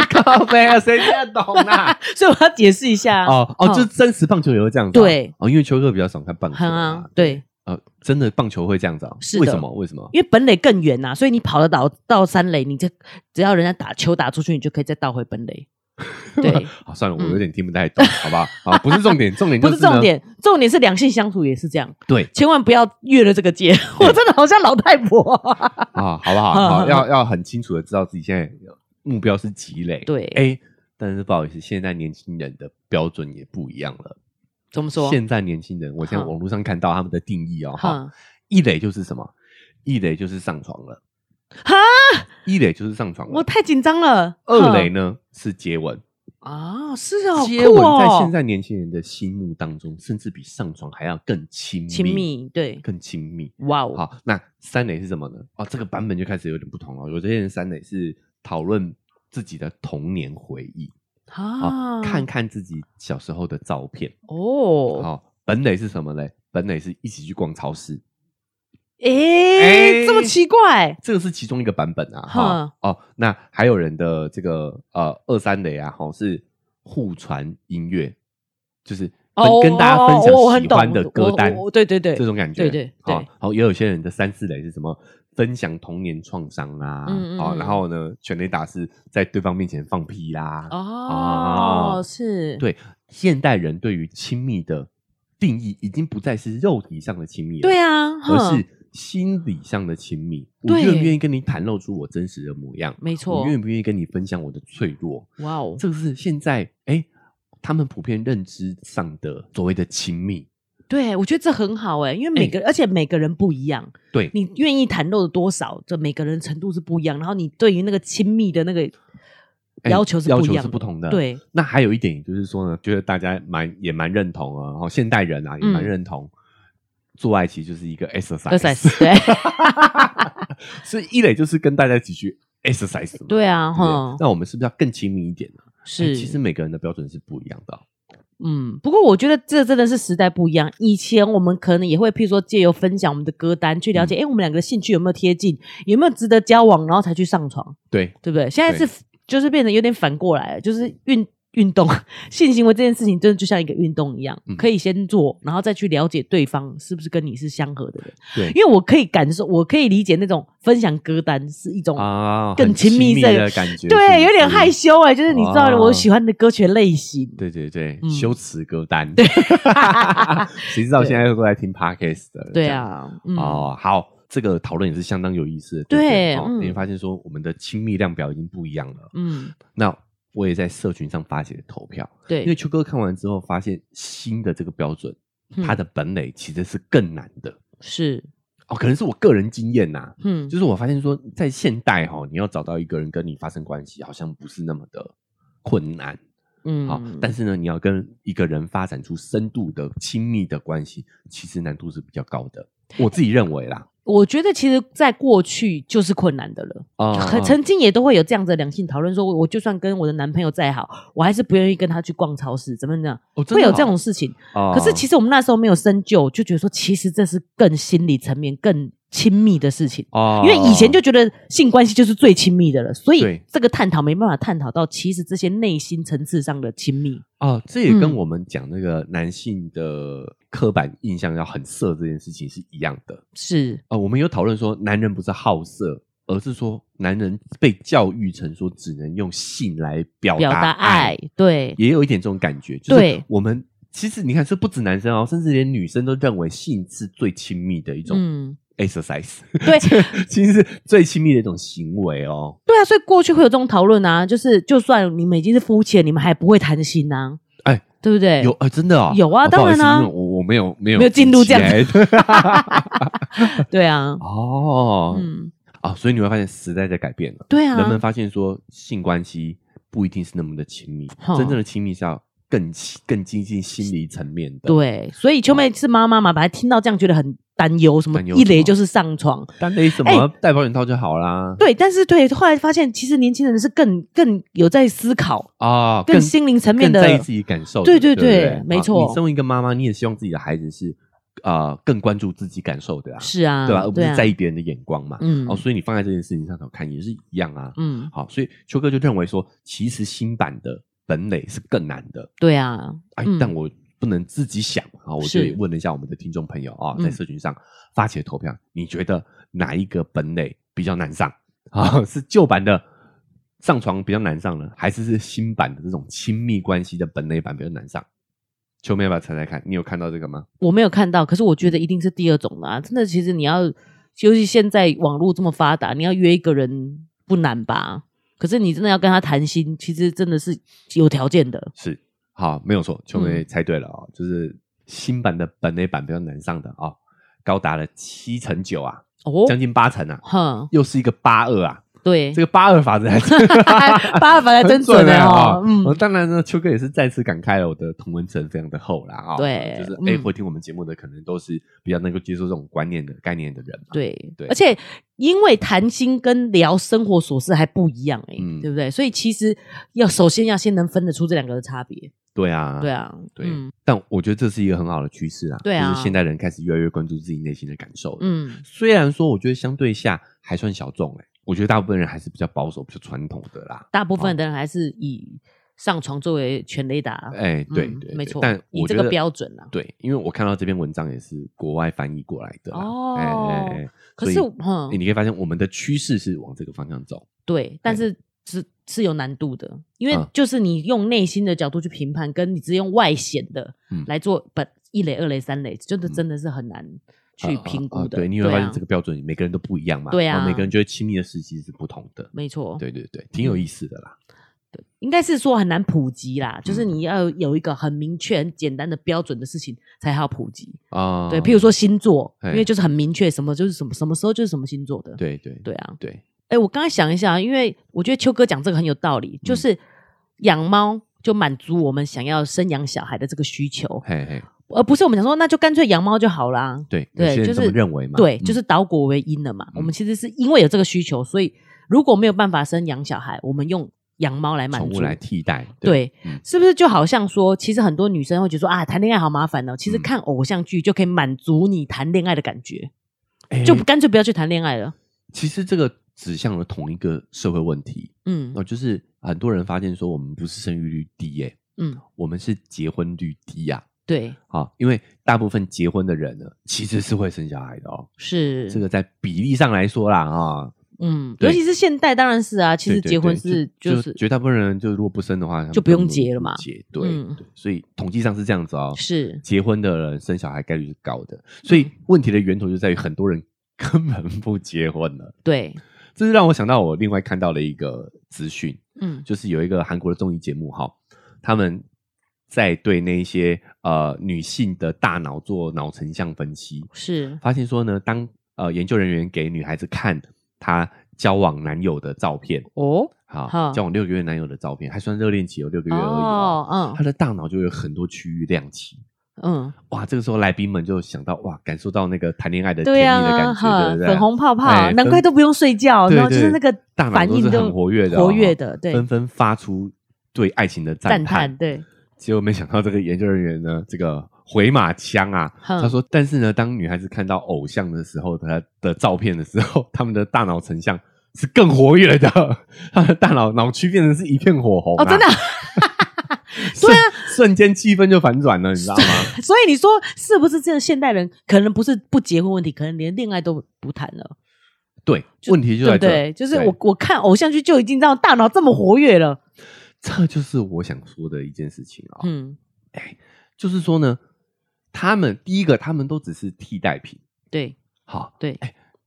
Speaker 1: 靠背啊，谁听得懂啊？
Speaker 2: [laughs] 所以我要解释一下。
Speaker 1: 哦哦，
Speaker 2: 嗯
Speaker 1: 就真实棒球也会这样子、啊。
Speaker 2: 对，
Speaker 1: 哦，因为球哥比较少看棒球
Speaker 2: 很
Speaker 1: 啊、
Speaker 2: 啊，对，
Speaker 1: 呃，真的棒球会这样子啊？
Speaker 2: 是的
Speaker 1: 为什么？为什么？
Speaker 2: 因为本垒更啊
Speaker 1: [laughs]
Speaker 2: 远呐、所以你跑得到到三垒，你这只要人家打球打出去，你就可以再倒回本垒。对，
Speaker 1: 好，算了，我
Speaker 2: 嗯
Speaker 1: 有点听不太懂，好不好？好，不是重
Speaker 2: [laughs]
Speaker 1: 点，重点
Speaker 2: 不
Speaker 1: 就是呢
Speaker 2: 重，点，重点是两性相处也是这样，
Speaker 1: 对
Speaker 2: 千万不要越了这个界。我真的好像老太婆、 [laughs]
Speaker 1: 啊，好不好？
Speaker 2: 好
Speaker 1: 好，
Speaker 2: 好
Speaker 1: 要要很清楚的知道自己现在目标是积累，
Speaker 2: 对
Speaker 1: 哎，但是不好意思，现在年轻人的标准也不一样了。
Speaker 2: 怎么说？
Speaker 1: 现在年轻人，我现在
Speaker 2: 哼
Speaker 1: 网络上看到他们的定义哦，哈，
Speaker 2: 哈
Speaker 1: 一垒就是什么？一垒就是上床了，
Speaker 2: 哈，
Speaker 1: 一垒就是上床
Speaker 2: 我
Speaker 1: 了。
Speaker 2: 太紧张了。
Speaker 1: 二垒呢是接吻，
Speaker 2: 哼啊，是哦，
Speaker 1: 接吻
Speaker 2: 酷哦
Speaker 1: 在现在年轻人的心目当中，甚至比上床还要更亲密，
Speaker 2: 亲密，对，
Speaker 1: 更亲密。
Speaker 2: 哇哦，
Speaker 1: 好，那三垒是什么呢？哦，这个版本就开始有点不同了。有些人三垒是讨论自己的童年回忆，啊、
Speaker 2: 啊，
Speaker 1: 看看自己小时候的照片。好、
Speaker 2: 哦，
Speaker 1: 本垒是什么嘞？本垒是一起去逛超市，
Speaker 2: 诶，
Speaker 1: 哎
Speaker 2: 这么奇怪，
Speaker 1: 这个是其中一个版本啊。哈、哦，那还有人的这个呃二三垒啊，哈、是互传音乐，就是跟、
Speaker 2: 哦，
Speaker 1: 跟大家分
Speaker 2: 哦我我
Speaker 1: 享
Speaker 2: 很
Speaker 1: 喜
Speaker 2: 懂
Speaker 1: 欢的歌单。
Speaker 2: 我我我对对对，
Speaker 1: 这种感觉，
Speaker 2: 对对
Speaker 1: 好
Speaker 2: 对
Speaker 1: 好，也有些人的三四垒是什么分享童年创伤啊，
Speaker 2: 嗯嗯
Speaker 1: 好，
Speaker 2: 嗯
Speaker 1: 然后呢，全垒打是在对方面前放屁啦，啊
Speaker 2: 哦，是，
Speaker 1: 对，现代人对于亲密的定义已经不再是肉体上的亲密了，
Speaker 2: 对，啊，
Speaker 1: 而
Speaker 2: 哼
Speaker 1: 是心理上的亲密。我
Speaker 2: 对
Speaker 1: 愿不愿意跟你袒露出我真实的模样？
Speaker 2: 没
Speaker 1: 我
Speaker 2: 错，
Speaker 1: 愿不愿意跟你分享我的脆弱？
Speaker 2: 哇哦，
Speaker 1: 这个是现在哎、他们普遍认知上的所谓的亲密。
Speaker 2: 对我觉得这很好哎，因为每个而且每个人不一样，
Speaker 1: 对，
Speaker 2: 你愿意袒露的多少，这每个人程度是不一样，然后你对于那个亲密的那个
Speaker 1: 哎
Speaker 2: 要求是
Speaker 1: 要
Speaker 2: 不一
Speaker 1: 求
Speaker 2: 样
Speaker 1: 是不同的。，
Speaker 2: 对，
Speaker 1: 那还有一点就是说呢，觉得大家蛮也蛮认同啊，然后现代人啊也蛮
Speaker 2: 嗯
Speaker 1: 认同，做爱其实就是一个 exercise，
Speaker 2: exercise，对
Speaker 1: [laughs] 所以一垒就是跟大家一起去 exercise 嘛。
Speaker 2: 对
Speaker 1: [laughs]
Speaker 2: 啊，
Speaker 1: 对不对
Speaker 2: 哈，
Speaker 1: 那我们是不是要更亲密一点呢？哎
Speaker 2: 是，
Speaker 1: 其实每个人的标准是不一样的哦。
Speaker 2: 嗯，不过我觉得这真的是时代不一样。以前我们可能也会，譬如说借由分享我们的歌单去
Speaker 1: 嗯
Speaker 2: 了解，哎、我们两个的兴趣有没有贴近，有没有值得交往，然后才去上床，
Speaker 1: 对，
Speaker 2: 对不对？现在是就是变得有点反过来了，就是运运动 [laughs] 性行为这件事情，真的就像一个运动一样，
Speaker 1: 嗯
Speaker 2: 可以先做，然后再去了解对方是不是跟你是相合的人。
Speaker 1: 对
Speaker 2: 因为我可以感受，我可以理解那种分享歌单是一种
Speaker 1: 啊，
Speaker 2: 更
Speaker 1: 很
Speaker 2: 亲
Speaker 1: 亲
Speaker 2: 密这
Speaker 1: 的
Speaker 2: 个
Speaker 1: 感觉，是不
Speaker 2: 对，有点
Speaker 1: 是
Speaker 2: 害。羞哎、就是你知道
Speaker 1: 哦
Speaker 2: 我喜欢的歌曲类型，
Speaker 1: 对对对，
Speaker 2: 嗯
Speaker 1: 羞耻歌单。对， [laughs] 谁知道现在都在听 podcast 的？
Speaker 2: 对
Speaker 1: 这样
Speaker 2: 啊，嗯。
Speaker 1: 哦，好，这个讨论也是相当有意思的。不
Speaker 2: 对
Speaker 1: 哦
Speaker 2: 嗯
Speaker 1: 你会发现说我们的亲密量表已经不一样了。
Speaker 2: 嗯，
Speaker 1: 那我也在社群上发起投票，
Speaker 2: 对，
Speaker 1: 因为秋哥看完之后发现新的这个标准，
Speaker 2: 嗯
Speaker 1: 它的本垒其实是更难的。
Speaker 2: 是，
Speaker 1: 哦，可能是我个人经验呐、
Speaker 2: 嗯，
Speaker 1: 就是我发现说，在现代哈、哦，你要找到一个人跟你发生关系，好像不是那么的困难。
Speaker 2: 嗯
Speaker 1: 好、但是呢，你要跟一个人发展出深度的亲密的关系，其实难度是比较高的。我自己认为啦，
Speaker 2: 我觉得其实，在过去就是困难的了，
Speaker 1: 啊、
Speaker 2: 可曾经也都会有这样子的两性讨论，说我就算跟我的男朋友再好，我还是不愿意跟他去逛超市，怎么样？
Speaker 1: 哦真的
Speaker 2: 会有
Speaker 1: 哦
Speaker 2: 这种事情。
Speaker 1: 哦
Speaker 2: 可是其实我们那时候没有深究，就觉得说，其实这是更心理层面、更亲密的事情。
Speaker 1: 哦
Speaker 2: 因为以前就觉得性关系就是最亲密的了，所以
Speaker 1: 对
Speaker 2: 这个探讨没办法探讨到其实这些内心层次上的亲密。
Speaker 1: 哦，这也跟
Speaker 2: 嗯
Speaker 1: 我们讲那个男性的刻板印象要很色这件事情是一样的。
Speaker 2: 是，
Speaker 1: 呃，我们有讨论说，男人不是好色，而是说男人被教育成说只能用性来表
Speaker 2: 表达爱
Speaker 1: 爱，，
Speaker 2: 对，
Speaker 1: 也有一点这种感觉。就是
Speaker 2: 对
Speaker 1: 我们其实你看，这不止男生哦，甚至连女生都认为性是最亲密的一种
Speaker 2: 嗯，
Speaker 1: exercise，、 [laughs]
Speaker 2: 对，
Speaker 1: 其实是最亲密的一种行为哦。
Speaker 2: 对啊，所以过去会有这种讨论啊，就是就算你们已经是夫妻了，你们还不会谈心呐、啊，
Speaker 1: 哎
Speaker 2: 对不对？
Speaker 1: 有啊、真的哦，
Speaker 2: 有啊
Speaker 1: 哦不好意思
Speaker 2: 当然啊
Speaker 1: 因为我我没有没有
Speaker 2: 没有进入这样
Speaker 1: 子。
Speaker 2: 对啊，
Speaker 1: [laughs] 哦，
Speaker 2: [laughs] 嗯，
Speaker 1: 啊，所以你会发现时代在改变了，
Speaker 2: 对啊，
Speaker 1: 人们发现说性关系不一定是那么的亲密，
Speaker 2: 哼
Speaker 1: 真正的亲密是要更亲更接近心理层面的。，
Speaker 2: 对，所以秋妹是妈妈嘛，本来听到这样觉得很担忧，什么
Speaker 1: 担忧
Speaker 2: 一
Speaker 1: 什么
Speaker 2: 雷就是上床，
Speaker 1: 但那什么戴保险套就好啦。
Speaker 2: 哎对，但是对，后来发现其实年轻人是更更有在思考，
Speaker 1: 啊，
Speaker 2: 更心灵层面
Speaker 1: 更
Speaker 2: 的
Speaker 1: 在意自己感受的。
Speaker 2: 对
Speaker 1: 对
Speaker 2: 对
Speaker 1: 不
Speaker 2: 对
Speaker 1: 对，
Speaker 2: 没
Speaker 1: 啊
Speaker 2: 错
Speaker 1: 你身为一个妈妈，你也希望自己的孩子是呃更关注自己感受的啊，
Speaker 2: 是啊，
Speaker 1: 对吧？而不是
Speaker 2: 啊
Speaker 1: 在意别人的眼光嘛。
Speaker 2: 嗯
Speaker 1: 哦，所以你放在这件事情上头看也是一样啊。
Speaker 2: 嗯，
Speaker 1: 好，所以秋哥就认为说，其实新版的本垒是更难的。
Speaker 2: 对啊，
Speaker 1: 哎，
Speaker 2: 嗯
Speaker 1: 但我不能自己想啊，我就是也问了一下我们的听众朋友啊，
Speaker 2: 嗯
Speaker 1: 在社群上发起了投 [laughs] 票，你觉得哪一个本垒比较难上啊？是旧版的上床比较难上呢，还是是新版的这种亲密关系的本垒版比较难上？秋妹要不要猜猜看？你有看到这个吗？
Speaker 2: 我没有看到，可是我觉得一定是第二种的啊！真的，其实你要，尤其现在网络这么发达，你要约一个人不难吧？可是你真的要跟他谈心，其实真的是有条件的。
Speaker 1: 是，好，没有错，秋妹
Speaker 2: 嗯
Speaker 1: 猜对了哦，就是新版的本垒版比较难上的哦，高达了七成九啊，
Speaker 2: 哦，
Speaker 1: 将近八成啊，
Speaker 2: 哼，
Speaker 1: 又是一个八二啊，
Speaker 2: 对
Speaker 1: 这，个八二法
Speaker 2: [laughs]
Speaker 1: 则还真
Speaker 2: 八二法则哎真准
Speaker 1: 的
Speaker 2: 的哦，
Speaker 1: 我
Speaker 2: 嗯，
Speaker 1: 当然呢，秋哥也是再次感慨了，我的同文层非常的厚啦啊、
Speaker 2: 对
Speaker 1: 就是
Speaker 2: 嗯
Speaker 1: 哎、会听我们节目的可能都是比较能够接受这种观念的概念的人嘛。，啊
Speaker 2: 对
Speaker 1: 对，
Speaker 2: 而且因为谈心跟聊生活琐事还不一样哎、
Speaker 1: 嗯
Speaker 2: 对不对？所以其实要首先要先能分得出这两个的差别。
Speaker 1: 对啊，
Speaker 2: 对。啊，
Speaker 1: 对，
Speaker 2: 嗯
Speaker 1: 但我觉得这是一个很好的趋势啊，
Speaker 2: 对啊
Speaker 1: 就是现代人开始越来越关注自己内心的感受。嗯，
Speaker 2: 嗯，
Speaker 1: 虽然说我觉得相对下还算小众哎、我觉得大部分人还是比较保守、比较传统的啦。
Speaker 2: 大部分的人还是以上床作为全雷达。
Speaker 1: 哎、对
Speaker 2: 嗯
Speaker 1: 对
Speaker 2: 没
Speaker 1: 对
Speaker 2: 错
Speaker 1: 但
Speaker 2: 以
Speaker 1: 我
Speaker 2: 这
Speaker 1: 觉
Speaker 2: 个
Speaker 1: 得
Speaker 2: 标准啊
Speaker 1: 对，因为我看到这篇文章也是国外翻译过来的啦。
Speaker 2: 哦
Speaker 1: 哎哎哎
Speaker 2: 可是
Speaker 1: 所以哎
Speaker 2: 嗯
Speaker 1: 你可以发现我们的趋势是往这个方向走。
Speaker 2: 对，但是是是有难度的，因为
Speaker 1: 嗯
Speaker 2: 就是你用内心的角度去评判，跟你只用外显的
Speaker 1: 嗯
Speaker 2: 来做本一垒、二垒、三垒，真的
Speaker 1: 嗯
Speaker 2: 真的是很难去评
Speaker 1: 啊啊
Speaker 2: 估
Speaker 1: 啊
Speaker 2: 的。
Speaker 1: 对，你会发现
Speaker 2: 啊
Speaker 1: 这个标准每个人都不一样嘛，
Speaker 2: 对啊
Speaker 1: 然后每个人觉得亲密的时期是不同的，
Speaker 2: 没错，
Speaker 1: 对对对，
Speaker 2: 嗯
Speaker 1: 挺有意思的啦。
Speaker 2: 应该是说很难普及啦，就是
Speaker 1: 嗯
Speaker 2: 你要有一个很明确、很简单的标准的事情才好普及。
Speaker 1: 啊，
Speaker 2: 对，譬如，说星座，
Speaker 1: 嘿
Speaker 2: 因为就是很明确，什么就是什么，什么时候就是什么星座的。
Speaker 1: 对对
Speaker 2: 对啊，
Speaker 1: 对，
Speaker 2: 哎，我刚才想一下，因为我觉得秋哥讲这个很有道理，
Speaker 1: 嗯
Speaker 2: 就是养猫就满足我们想要生养小孩的这个需求，
Speaker 1: 嘿嘿，
Speaker 2: 而不是我们想说那就干脆养猫就好啦。
Speaker 1: 对
Speaker 2: 对
Speaker 1: 有些人
Speaker 2: 就
Speaker 1: 这么
Speaker 2: 是
Speaker 1: 认为嘛，
Speaker 2: 对，
Speaker 1: 嗯
Speaker 2: 就是导果为因了嘛。我们其实是因为有这个需求，所以如果没有办法生养小孩，我们用养猫来满
Speaker 1: 宠
Speaker 2: 足
Speaker 1: 物。来替代，
Speaker 2: 对，
Speaker 1: 嗯
Speaker 2: 是不是就好像说，其实很多女生会觉得说啊，谈恋爱好麻烦哦。其实
Speaker 1: 嗯
Speaker 2: 看偶像剧就可以满足你谈恋爱的感觉，
Speaker 1: 哎
Speaker 2: 就干脆不要去谈恋爱了。
Speaker 1: 其实这个指向了同一个社会问题，
Speaker 2: 嗯
Speaker 1: 那就是很多人发现说我们不是生育率低耶，
Speaker 2: 嗯，
Speaker 1: 我们是结婚率低啊呀。
Speaker 2: 对，
Speaker 1: 好，因为大部分结婚的人呢，其实是会生小孩的哦。
Speaker 2: 是
Speaker 1: 这个在比例上来说啦，啊，
Speaker 2: 嗯，
Speaker 1: 对
Speaker 2: 尤其是现代，当然是啊，其实
Speaker 1: 对对
Speaker 2: 结婚
Speaker 1: 对
Speaker 2: 是
Speaker 1: 就
Speaker 2: 就是
Speaker 1: 绝大部分人就如果不生的话，他们
Speaker 2: 就不用
Speaker 1: 根本
Speaker 2: 结了嘛
Speaker 1: 结对、
Speaker 2: 嗯
Speaker 1: 对，所以统计上是这样子哦，
Speaker 2: 是嗯
Speaker 1: 结婚的人生小孩概率是高的，所以问题的源头就在于很多人 [laughs] 根本不结婚了。
Speaker 2: 对，
Speaker 1: 这是让我想到我另外看到了一个资讯，
Speaker 2: 嗯
Speaker 1: 就是有一个韩国的综艺节目哈，他们在对那一些呃女性的大脑做脑成像分析，
Speaker 2: 是
Speaker 1: 发现说呢，当呃研究人员给女孩子看她交往男友的照片，
Speaker 2: 哦
Speaker 1: 好，
Speaker 2: 好
Speaker 1: 交往六个月男友的照片，还算热恋期有六个月
Speaker 2: 嗯
Speaker 1: 而已、哦。
Speaker 2: 哦
Speaker 1: 他的大脑就有很多区域亮起，
Speaker 2: 嗯
Speaker 1: 哇！这个时候来宾们就想到哇，感受到那个谈恋爱的
Speaker 2: 嗯，
Speaker 1: 甜蜜
Speaker 2: 对
Speaker 1: 的
Speaker 2: 啊，
Speaker 1: 感觉，
Speaker 2: 哈
Speaker 1: 对不对？
Speaker 2: 粉红泡泡
Speaker 1: 哎，
Speaker 2: 难怪
Speaker 1: 分
Speaker 2: 都不用睡觉，
Speaker 1: 对
Speaker 2: 然后就
Speaker 1: 对
Speaker 2: 是那个
Speaker 1: 大脑
Speaker 2: 反
Speaker 1: 都是
Speaker 2: 应
Speaker 1: 很活跃的哦，
Speaker 2: 活跃的，对，
Speaker 1: 纷纷发出对爱情的赞
Speaker 2: 赞叹，对，
Speaker 1: 结果没想到这个研究人员呢，这个回马枪啊，
Speaker 2: 哼
Speaker 1: 他说，但是呢，当女孩子看到偶像的时候，她的照片的时候，他们的大脑成像是更活跃的， [laughs] 他的大脑脑区变成是一片火红、啊，
Speaker 2: 哦，真的啊， [laughs]
Speaker 1: 瞬，对啊，瞬间气氛就反转了，你知道吗？
Speaker 2: 所以你说是不是这个现代人可能不是不结婚问题，可能连恋爱都不谈了，
Speaker 1: 对，
Speaker 2: 就
Speaker 1: 问题就
Speaker 2: 对
Speaker 1: 在
Speaker 2: 不
Speaker 1: 这，
Speaker 2: 对？就是
Speaker 1: 对
Speaker 2: 我我看偶像剧就已经让大脑这么活跃了，
Speaker 1: 这就是我想说的一件事情啊、
Speaker 2: 嗯，
Speaker 1: 就是说呢，他们第一个，他们都只是替代品，
Speaker 2: 对
Speaker 1: 好，哎
Speaker 2: 对，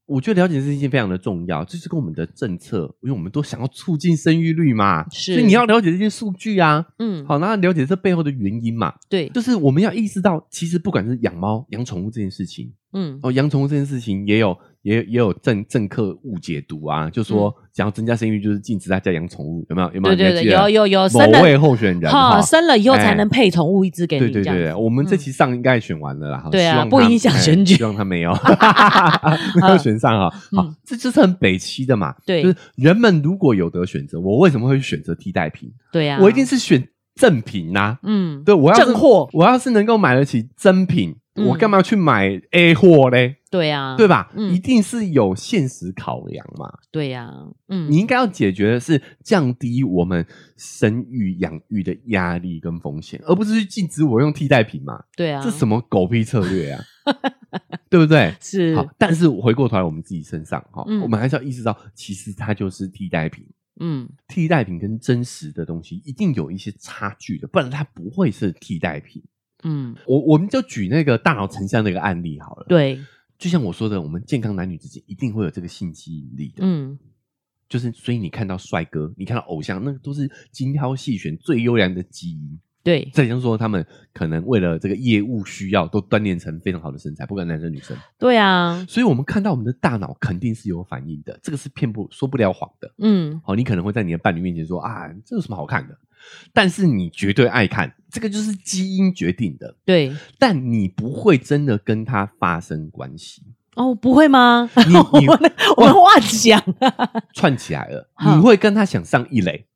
Speaker 1: 我觉得了解这件事情非常的重要，这是跟我们的政策，因为我们都想要促进生育率嘛，
Speaker 2: 是
Speaker 1: 所以你要了解这些数据啊。
Speaker 2: 嗯，
Speaker 1: 好，那了解这背后的原因嘛，
Speaker 2: 对，
Speaker 1: 就是我们要意识到，其实不管是养猫、养宠物这件事情，
Speaker 2: 嗯，
Speaker 1: 哦，养宠物这件事情也有也也有政政客误解读啊，就说想要增加生育，就是禁止大家养宠物，有没有？有没有？
Speaker 2: 嗯对对
Speaker 1: 你还
Speaker 2: 对，
Speaker 1: 记得
Speaker 2: 有有有，生
Speaker 1: 某位
Speaker 2: 了
Speaker 1: 候选人
Speaker 2: 哈，
Speaker 1: 哈，
Speaker 2: 生了以后才
Speaker 1: 哎
Speaker 2: 能配宠物一只给你，
Speaker 1: 对对
Speaker 2: 这样
Speaker 1: 对，
Speaker 2: 子
Speaker 1: 我们这
Speaker 2: 嗯
Speaker 1: 期上应该也选完了啦。哈
Speaker 2: 对啊
Speaker 1: 希望他
Speaker 2: 不影响
Speaker 1: 哎
Speaker 2: 选举
Speaker 1: 希望他
Speaker 2: [laughs]
Speaker 1: 没有没有选上哈。好
Speaker 2: 嗯，
Speaker 1: 这就是很北七的嘛。
Speaker 2: 对
Speaker 1: 就是人们如果有得选择，我为什么会选择替代品？
Speaker 2: 对啊，
Speaker 1: 我一定是选正品啊呐。
Speaker 2: 嗯，
Speaker 1: 对，我要是
Speaker 2: 正货
Speaker 1: 我要是能够买得起真品，
Speaker 2: 嗯
Speaker 1: 我干嘛去买 A 货嘞？
Speaker 2: 对啊，
Speaker 1: 对吧？
Speaker 2: 嗯
Speaker 1: 一定是有现实考量嘛。
Speaker 2: 对呀、嗯，
Speaker 1: 你应该要解决的是降低我们生育养育的压力跟风险，而不是去禁止我用替代品嘛。
Speaker 2: 对啊，
Speaker 1: 这什么狗屁策略
Speaker 2: [laughs]
Speaker 1: 啊？对不对？
Speaker 2: 是
Speaker 1: 好，但是回过头来我们自己身上哈，
Speaker 2: 嗯
Speaker 1: 我们还是要意识到，其实它就是替代品。
Speaker 2: 嗯，
Speaker 1: 替代品跟真实的东西一定有一些差距的，不然它不会是替代品。
Speaker 2: 嗯，
Speaker 1: 我我们就举那个大脑成像那个案例好了。，
Speaker 2: 对，
Speaker 1: 就像我说的，我们健康男女之间一定会有这个性吸引力的。
Speaker 2: 嗯，
Speaker 1: 就是所以你看到帅哥，你看到偶像，那个都是精挑细选最优良的基因。
Speaker 2: 对，
Speaker 1: 再加上说，他们可能为了这个业务需要，都锻炼成非常好的身材，不管男生女生。
Speaker 2: 对啊，
Speaker 1: 所以我们看到我们的大脑肯定是有反应的，这个是骗不说不了谎的。
Speaker 2: 嗯，
Speaker 1: 好，你可能会在你的伴侣面前说啊，这有什么好看的？但是你绝对爱看，这个就是基因决定的。
Speaker 2: 对，
Speaker 1: 但你不会真的跟他发生关
Speaker 2: [laughs]
Speaker 1: 系，
Speaker 2: 哦，不会吗？
Speaker 1: 你你
Speaker 2: [laughs] 我们我们
Speaker 1: [laughs]
Speaker 2: 幻想，
Speaker 1: 串起来了，
Speaker 2: 好
Speaker 1: 你会跟他想上一垒，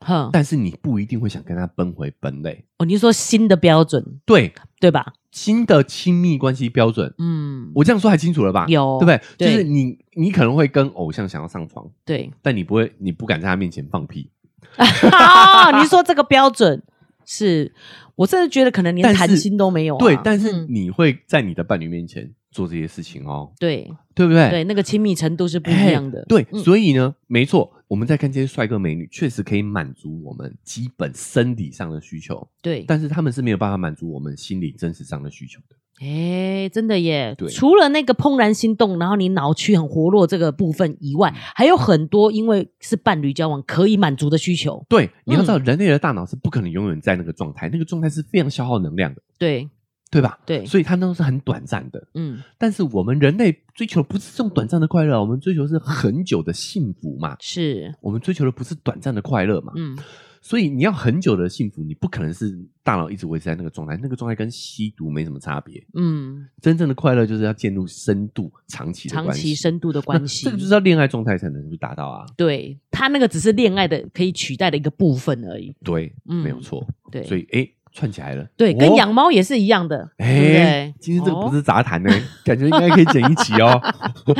Speaker 2: 哼，
Speaker 1: 但是你不一定会想跟他奔回本垒。
Speaker 2: 哦，你是说新的标准
Speaker 1: 对，
Speaker 2: 对吧？
Speaker 1: 新的亲密关系标准，
Speaker 2: 嗯，
Speaker 1: 我这样说还清楚了吧？
Speaker 2: 有
Speaker 1: 对不对？
Speaker 2: 对
Speaker 1: 就是你你可能会跟偶像想要上床，
Speaker 2: 对，
Speaker 1: 但你不会，你不敢在他面前放屁。
Speaker 2: 啊，你是说这个标准是，我甚至觉得可能连
Speaker 1: 但是
Speaker 2: 谈心都没有啊、
Speaker 1: 对，但是
Speaker 2: 嗯
Speaker 1: 你会在你的伴侣面前做这些事情哦，
Speaker 2: 对
Speaker 1: 对不对？
Speaker 2: 对，那个亲密程度是不
Speaker 1: 哎
Speaker 2: 一样的。
Speaker 1: 对，
Speaker 2: 嗯
Speaker 1: 所以呢，没错，我们在看这些帅哥美女，确实可以满足我们基本生理上的需求，
Speaker 2: 对，
Speaker 1: 但是他们是没有办法满足我们心理真实上的需求的。
Speaker 2: 哎，真的耶
Speaker 1: 对！
Speaker 2: 除了那个怦然心动，然后你脑区很活络这个部分以
Speaker 1: 嗯
Speaker 2: 外，还有很多因为是伴侣交往可以满足的需求。
Speaker 1: 对，你要知
Speaker 2: 嗯
Speaker 1: 道，人类的大脑是不可能永远在那个状态，那个状态是非常消耗能量的，
Speaker 2: 对，
Speaker 1: 对吧？
Speaker 2: 对
Speaker 1: 所以它都是很短暂的。
Speaker 2: 嗯，
Speaker 1: 但是我们人类追求的不是这种短暂的快乐，我们追求的是很久的幸福嘛。
Speaker 2: 是，
Speaker 1: 我们追求的不是短暂的快乐嘛，
Speaker 2: 嗯，
Speaker 1: 所以你要很久的幸福，你不可能是大脑一直维持在那个状态，那个状态跟吸毒没什么差别。
Speaker 2: 嗯，
Speaker 1: 真正的快乐就是要进入深度、长期的
Speaker 2: 长
Speaker 1: 关系
Speaker 2: 期深度的
Speaker 1: 那
Speaker 2: 关系，
Speaker 1: [laughs] 这个就是要恋爱状态才能去达到啊。
Speaker 2: 对他那个只是恋爱的可以取代的一个部分而已。
Speaker 1: 对，
Speaker 2: 嗯
Speaker 1: 没有错。
Speaker 2: 对，
Speaker 1: 所以哎，串起来了。
Speaker 2: 对，跟
Speaker 1: 哦
Speaker 2: 养猫也是一样的，对不
Speaker 1: 哎
Speaker 2: 对，？
Speaker 1: 今天这个
Speaker 2: 哦
Speaker 1: 不是杂谈呢，感觉应该可以剪一集
Speaker 2: [laughs]
Speaker 1: 哦。
Speaker 2: 哦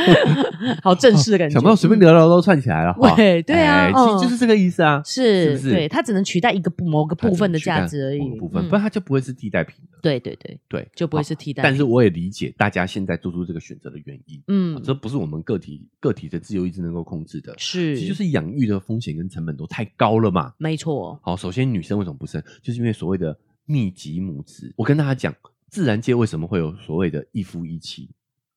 Speaker 2: 好正式的感觉，
Speaker 1: 想不到随便聊聊都串起来了哈。
Speaker 2: 喂对啊
Speaker 1: 哎其
Speaker 2: 嗯
Speaker 1: 实就是这个意思啊。是
Speaker 2: 是
Speaker 1: 不是
Speaker 2: 对，它只能取代一个部某个部分的价值而
Speaker 1: 某个
Speaker 2: 已，
Speaker 1: 部分，
Speaker 2: 嗯
Speaker 1: 不然它就不会是替代品了。
Speaker 2: 对对对，
Speaker 1: 对，
Speaker 2: 就不会
Speaker 1: 好
Speaker 2: 是替代品。
Speaker 1: 但是我也理解大家现在做出这个选择的原因，
Speaker 2: 嗯，
Speaker 1: 这不是我们个体个体的自由意志能够控制的，其
Speaker 2: 是
Speaker 1: 实就是养育的风险跟成本都太高了嘛。
Speaker 2: 没错，
Speaker 1: 好，首先女生为什么不生，就是因为所谓的密集母子。我跟大家讲，自然界为什么会有所谓的一夫一妻，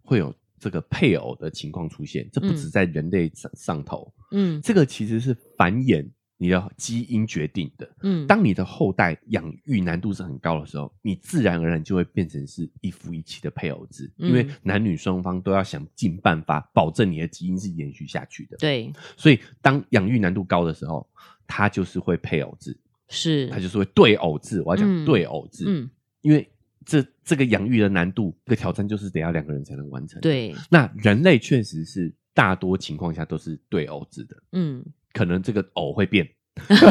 Speaker 1: 会有这个配偶的情况出现，这不
Speaker 2: 嗯
Speaker 1: 止在人类上上头，
Speaker 2: 嗯
Speaker 1: 这个其实是繁衍你的基因决定的。
Speaker 2: 嗯，
Speaker 1: 当你的后代养育难度是很高的时候，你自然而然就会变成是一夫一妻的配偶制，因为
Speaker 2: 嗯
Speaker 1: 男女双方都要想尽办法保证你的基因是延续下去的。
Speaker 2: 对
Speaker 1: 所以当养育难度高的时候，它就是会配偶制，
Speaker 2: 是
Speaker 1: 它就是会对偶制。我要讲
Speaker 2: 嗯
Speaker 1: 对偶制，
Speaker 2: 嗯
Speaker 1: 因为这这个养育的难度、这个挑战就是得要两个人才能完成。，
Speaker 2: 对
Speaker 1: 那人类确实是大多情况下都是对偶制的，
Speaker 2: 嗯
Speaker 1: 可能这个偶会
Speaker 2: [laughs]
Speaker 1: 变。 [laughs]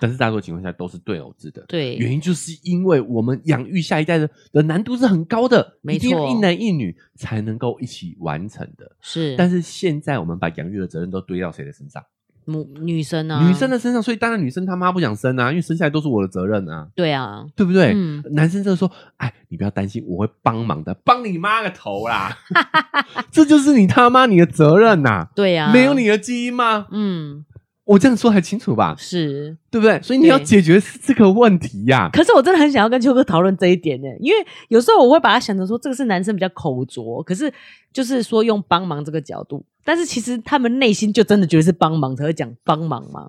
Speaker 1: 但是大多情况下都是对偶制的，
Speaker 2: 对
Speaker 1: 原因就是因为我们养育下一代的的难度是很高的，
Speaker 2: 没
Speaker 1: 一定要
Speaker 2: 错
Speaker 1: 一男一女才能够一起完成的。
Speaker 2: 是，
Speaker 1: 但
Speaker 2: 是
Speaker 1: 是现在我们把养育的责任都堆到谁的身上？
Speaker 2: 母女生啊，
Speaker 1: 女生的身上，所以当然女生她妈不想生啊，因为生下来都是我的责任啊，
Speaker 2: 对啊，
Speaker 1: 对不对？
Speaker 2: 嗯
Speaker 1: 男生就说：“哎，你不要担心，我会帮忙的，帮你妈个头
Speaker 2: [laughs]
Speaker 1: 啦！这就是你他妈你的责任呐、
Speaker 2: 对啊，
Speaker 1: 没有你的基因吗？
Speaker 2: 嗯
Speaker 1: 我这样说还清楚吧？
Speaker 2: 是，
Speaker 1: 对不对？所以你要
Speaker 2: 对
Speaker 1: 解决是这个问题呀、
Speaker 2: 可是我真的很想要跟秋哥讨论这一点呢，因为有时候我会把它想成说这个是男生比较口拙，可是就是说用帮忙这个角度，但是其实他们内心就真的觉得是帮忙才会讲帮忙吗？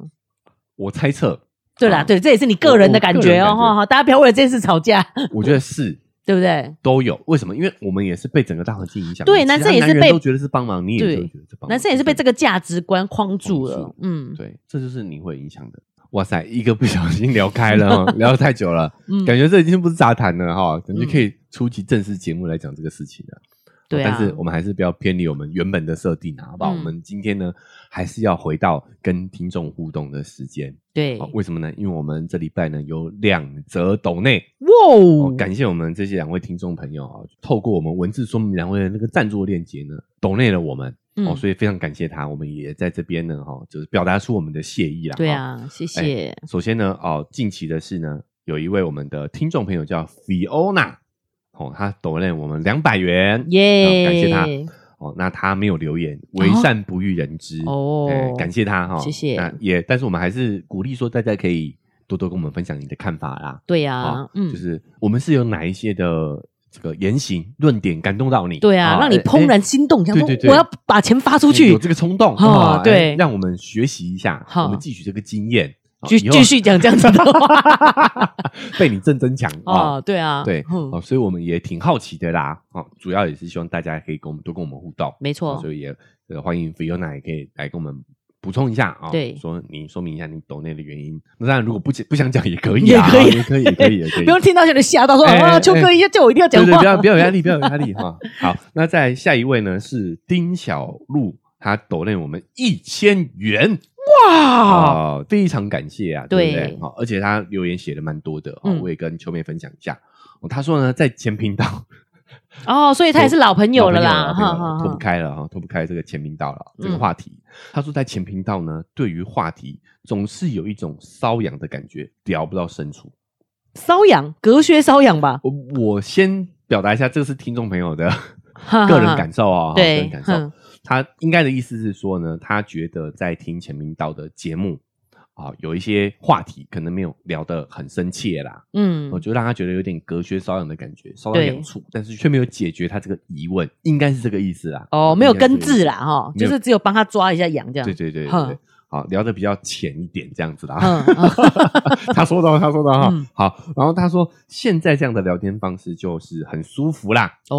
Speaker 1: 我猜测，
Speaker 2: 对啦，
Speaker 1: 啊
Speaker 2: 对，这也是你个人的感觉
Speaker 1: 我我个人
Speaker 2: 哦，
Speaker 1: 的感觉
Speaker 2: 哈，哈大家不要为了这件事吵架，
Speaker 1: 我觉得是
Speaker 2: 对不对？
Speaker 1: 都有。为什么？因为我们也是被整个大环境影响的。
Speaker 2: 对
Speaker 1: 其他
Speaker 2: 男生也是
Speaker 1: 人
Speaker 2: 被
Speaker 1: 都觉得是帮忙，你也
Speaker 2: 对
Speaker 1: 就觉得是帮忙。
Speaker 2: 男生也是被这个价值观框住
Speaker 1: 框
Speaker 2: 了
Speaker 1: 住，
Speaker 2: 嗯，
Speaker 1: 对，这就是你会影响的。哇塞，一个不小心聊开了
Speaker 2: [laughs]
Speaker 1: 哦，聊得太久了，
Speaker 2: 嗯
Speaker 1: 感觉这已经不是杂谈了哈，感觉可以出集正式节目来讲这个事情了。
Speaker 2: 对啊，
Speaker 1: 但是我们还是不要偏离我们原本的设定啊，好不好？
Speaker 2: 嗯
Speaker 1: 我们今天呢，还是要回到跟听众互动的时间。
Speaker 2: 对，
Speaker 1: 好，
Speaker 2: 哇
Speaker 1: 为什么呢？因为我们这礼拜呢有两则抖内，哦，
Speaker 2: 哦，
Speaker 1: 感谢我们这些两位听众朋友啊，透过我们文字说明两位的那个赞助链接呢，抖内了我们、哦，
Speaker 2: 嗯
Speaker 1: 所以非常感谢他，我们也在这边呢哈、哦，就是表达出我们的谢意啦。
Speaker 2: 对
Speaker 1: 哦，
Speaker 2: 啊，谢谢，
Speaker 1: 首先呢，哦，近期的是呢，有一位我们的听众朋友叫 Fiona，哦，他抖内我们两百元，
Speaker 2: 耶，
Speaker 1: 好感谢他哦，那他没有留言，为善不欲人知
Speaker 2: 哦
Speaker 1: 哎感谢他哈、
Speaker 2: 谢谢
Speaker 1: 那也，但是我们还是鼓励说大家可以多多跟我们分享你的看法啦。
Speaker 2: 对呀、
Speaker 1: 啊，
Speaker 2: 嗯，
Speaker 1: 就是我们是有哪一些的这个言行论点感动到你？
Speaker 2: 对啊，让你怦然
Speaker 1: 哎
Speaker 2: 心动，想说
Speaker 1: 对对对
Speaker 2: 我要把钱发出去
Speaker 1: 有，这个冲动
Speaker 2: 哦
Speaker 1: 哎
Speaker 2: 对
Speaker 1: 让我们学习一下，
Speaker 2: 好
Speaker 1: 我们汲取这个经验，啊
Speaker 2: 继
Speaker 1: 以后
Speaker 2: 继续讲这样子的话
Speaker 1: [laughs] 被你正增强啊
Speaker 2: [laughs] 哦，。对啊，
Speaker 1: 对，
Speaker 2: 嗯
Speaker 1: 哦，所以我们也挺好奇的啦，哦，主要也是希望大家可以跟我们多跟我们互动，
Speaker 2: 没
Speaker 1: 哦
Speaker 2: 错
Speaker 1: 所，以也呃欢迎 Fiona 也可以来跟我们补充一下啊、
Speaker 2: 对
Speaker 1: 说你说明一下你抖内的原因。那当然，如果不讲不想讲也可以
Speaker 2: 也
Speaker 1: 啊，
Speaker 2: 可以
Speaker 1: 也可以，也可以，也可以，
Speaker 2: [laughs] 不用听到现在吓到说
Speaker 1: 哎
Speaker 2: 啊，
Speaker 1: 哎
Speaker 2: 秋哥一下叫我一定要讲
Speaker 1: 对对，
Speaker 2: 话
Speaker 1: 不，要不要有压力，不要有
Speaker 2: [laughs]
Speaker 1: 压力哈。好，那再来下一位呢是丁小璐，他抖内我们一千元。
Speaker 2: 哇，
Speaker 1: 啊、非常感谢啊，对不对
Speaker 2: 哦对？
Speaker 1: 好，而且他留言写的蛮多的，哦
Speaker 2: 嗯
Speaker 1: 我也跟秋妹分享一下。哦、他说呢，在前频道
Speaker 2: [laughs] 哦，所以他也是老朋友了
Speaker 1: 老
Speaker 2: 啦，
Speaker 1: 朋友了
Speaker 2: 哈哈
Speaker 1: 脱不
Speaker 2: 哈，
Speaker 1: 开了哈，脱不开这个前频道了这个
Speaker 2: 嗯
Speaker 1: 话题。他说在前频道呢，对于话题总是有一种瘙痒的感觉，聊不到深处。
Speaker 2: 瘙痒，隔靴搔痒吧，
Speaker 1: 我我先表达一下，这是听众朋友的
Speaker 2: 哈
Speaker 1: [laughs]
Speaker 2: 哈哈
Speaker 1: 个人感受啊、哈个
Speaker 2: [laughs] 对
Speaker 1: 人感受
Speaker 2: 嗯。
Speaker 1: 他应该的意思是说呢，他觉得在听前频道的节目啊、有一些话题可能没有聊得很深切啦，
Speaker 2: 嗯
Speaker 1: 我，就让他觉得有点隔靴搔痒的感觉，搔到
Speaker 2: 对
Speaker 1: 痒处，但是却没有解决他这个疑问，应该是这个意思啦。
Speaker 2: 哦，没有根治
Speaker 1: 啦。
Speaker 2: 啦，哈，
Speaker 1: 没有
Speaker 2: 就是只有帮他抓一下痒这样，
Speaker 1: 对对对对
Speaker 2: 哼
Speaker 1: 对，好，聊的比较浅一点这样子啦。[laughs]
Speaker 2: 嗯，嗯
Speaker 1: 他说的哦，他说的哈
Speaker 2: 嗯。
Speaker 1: 好，然后他说现在这样的聊天方式就是很舒服啦，
Speaker 2: 哦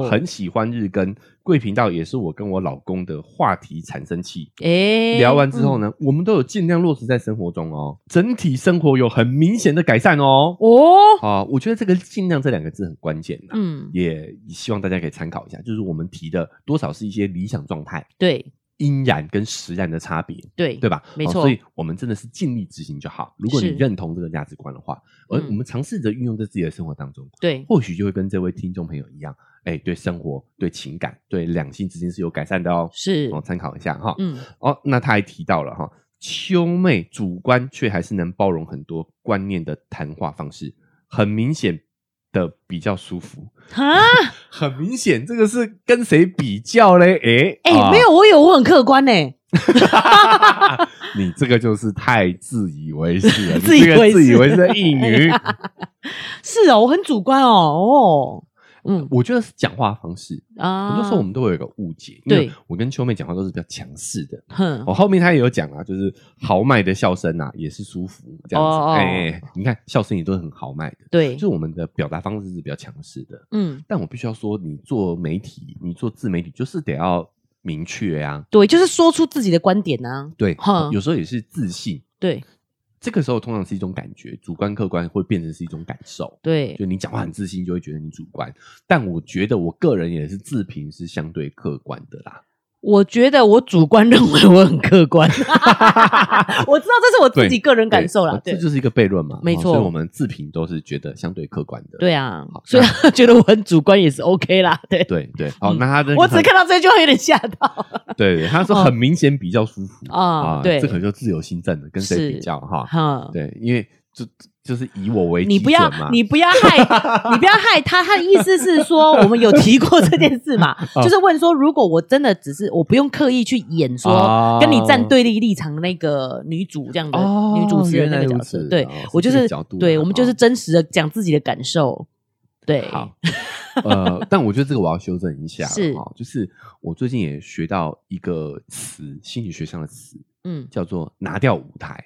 Speaker 1: 哦，，很喜欢日更贵频道，也是我跟我老公的话题产生器。
Speaker 2: 哎，
Speaker 1: 聊完之后
Speaker 2: 嗯，
Speaker 1: 呢，我们都有尽量落实在生活中哦，整体生活有很明显的改善哦。
Speaker 2: 哦，
Speaker 1: 啊，我觉得这个“尽量”这两个字很关键呐，
Speaker 2: 嗯，
Speaker 1: 也希望大家可以参考一下，就是我们提的多少是一些理想状态、
Speaker 2: 对
Speaker 1: 阴然跟实然的差别。
Speaker 2: 对
Speaker 1: 对吧？
Speaker 2: 没
Speaker 1: 哦
Speaker 2: 错
Speaker 1: 所以我们真的是尽力执行就好。如果你
Speaker 2: 是
Speaker 1: 认同这个价值观的话，而
Speaker 2: 嗯
Speaker 1: 我们尝试着运用在自己的生活当中，
Speaker 2: 对，
Speaker 1: 或许就会跟这位听众朋友一样，哎，对生活、对情感、对两性之间是有改善的哦。
Speaker 2: 是
Speaker 1: 哦，，参考一下哈。
Speaker 2: 嗯，
Speaker 1: 哦，那他还提到了哈，秋妹主观却还是能包容很多观念的谈话方式，很明显的比较舒服。
Speaker 2: 哈，
Speaker 1: 很明显，这个是跟谁比较嘞？哎
Speaker 2: 哎，没有，我有，我很客观呢，
Speaker 1: 你这个就是太自以为是
Speaker 2: [laughs]
Speaker 1: 了，你
Speaker 2: 自以
Speaker 1: 这个
Speaker 2: 为是
Speaker 1: 自以为是
Speaker 2: [laughs]
Speaker 1: 的异女。
Speaker 2: 是哦，我很主观哦，哦，嗯
Speaker 1: 我觉得是讲话方式，
Speaker 2: 啊，
Speaker 1: 很多时候我们都会有一个误解。因为
Speaker 2: 对
Speaker 1: 我跟秋妹讲话都是比较强势的。
Speaker 2: 哼
Speaker 1: 我、哦、后面她也有讲啊，就是豪迈的笑声啊，也是舒服这样子。哎、
Speaker 2: 哦哦
Speaker 1: 你看笑声也都是很豪迈的，
Speaker 2: 对
Speaker 1: 就是，我们的表达方式是比较强势的。
Speaker 2: 嗯，
Speaker 1: 但我必须要说，你做媒体，你做自媒体，就是得要明确啊。
Speaker 2: 对，就是说出自己的观点呐，
Speaker 1: 对
Speaker 2: 哼，
Speaker 1: 有时候也是自信。
Speaker 2: 对
Speaker 1: 这个时候通常是一种感觉，主观客观会变成是一种感受。
Speaker 2: 对，
Speaker 1: 就你讲话很自信，就会觉得你主观。但我觉得我个人也是自评是相对客观的啦。
Speaker 2: 我觉得我主观认为我很
Speaker 1: [laughs]
Speaker 2: 客观，我知道这是我自己个人感受啦，
Speaker 1: 对哦
Speaker 2: 对
Speaker 1: 这就是一个悖论嘛。
Speaker 2: 没
Speaker 1: 哦
Speaker 2: 错
Speaker 1: 所以我们自评都是觉得相对客观的。
Speaker 2: 对啊
Speaker 1: 好，
Speaker 2: 所以他觉得我很主观也是 OK 啦，对，
Speaker 1: 对对，好，
Speaker 2: 嗯
Speaker 1: 那他的
Speaker 2: 我只看到这句话有点吓到
Speaker 1: 对对，他说
Speaker 2: 哦
Speaker 1: 很明显比较舒服
Speaker 2: 啊，对，
Speaker 1: 这可就自由心证了，跟谁
Speaker 2: 是
Speaker 1: 比较哈？
Speaker 2: 哈。
Speaker 1: 对，因为就就是以我为
Speaker 2: 你
Speaker 1: 基
Speaker 2: 不要
Speaker 1: 准嘛，
Speaker 2: 你不要害，你不要害他。他的意思是说，我们有提过这件
Speaker 1: [laughs]
Speaker 2: 事嘛？就是问说，如果我真的只是我不用刻意去演
Speaker 1: 哦
Speaker 2: 说跟你站对立立场的那个女主这样的
Speaker 1: 哦
Speaker 2: 女主持人那个角色
Speaker 1: 原来如此，
Speaker 2: 对
Speaker 1: 哦
Speaker 2: 我就是
Speaker 1: 这个
Speaker 2: 是
Speaker 1: 角度啊
Speaker 2: 对我们就是
Speaker 1: 哦
Speaker 2: 真实的讲自己的感受，对，
Speaker 1: 好，呃，但我觉得这个我要修正一下了
Speaker 2: 是
Speaker 1: 哈，就是我最近也学到一个词，心理学上的词
Speaker 2: 嗯，
Speaker 1: 叫做“拿掉舞台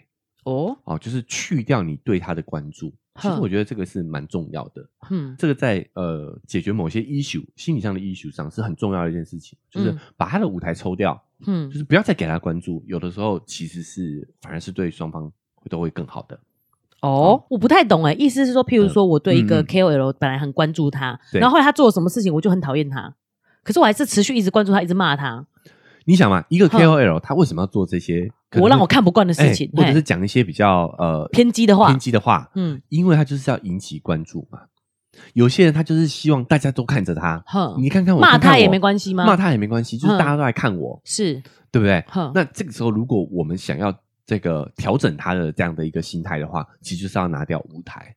Speaker 2: 哦”，，
Speaker 1: 哦，就是去掉你对他的关注。其实
Speaker 2: 哼
Speaker 1: 我觉得这个是蛮重要的，
Speaker 2: 嗯，
Speaker 1: 这个在呃解决某些 issue 心理上的 issue 上是很重要的一件事情，就是
Speaker 2: 嗯
Speaker 1: 把他的舞台抽掉，
Speaker 2: 嗯
Speaker 1: 就是不要再给他关注。有的时候其实是反而是对双方都会更好的。
Speaker 2: 哦，我不太懂哎，意思是说，譬如说我对一
Speaker 1: 嗯
Speaker 2: 个
Speaker 1: 嗯
Speaker 2: KOL 本来很关注他，
Speaker 1: 对
Speaker 2: 然后后来他做了什么事情，我就很讨厌他，可是我还是持续一直关注他，一直骂他，
Speaker 1: 你想嘛，一个
Speaker 2: 哼
Speaker 1: KOL 他为什么要做这些？可能
Speaker 2: 我让
Speaker 1: 会
Speaker 2: 我看不惯的事情
Speaker 1: 哎，或者
Speaker 2: 嘿
Speaker 1: 是讲一些比较呃
Speaker 2: 偏激的话
Speaker 1: 偏激的话，
Speaker 2: 嗯，
Speaker 1: 因为他就是要引起关注嘛。有些人他就是希望大家都看着他，
Speaker 2: 哼，
Speaker 1: 你看看我
Speaker 2: 骂
Speaker 1: 看看
Speaker 2: 他也
Speaker 1: 我
Speaker 2: 没关系吗？
Speaker 1: 骂他也没关系，就是
Speaker 2: 哼
Speaker 1: 大家都来看我，
Speaker 2: 是，
Speaker 1: 对不对
Speaker 2: 哼？
Speaker 1: 那这个时候，如果我们想要这个调整他的这样的一个心态的话，其实就是要拿掉舞台。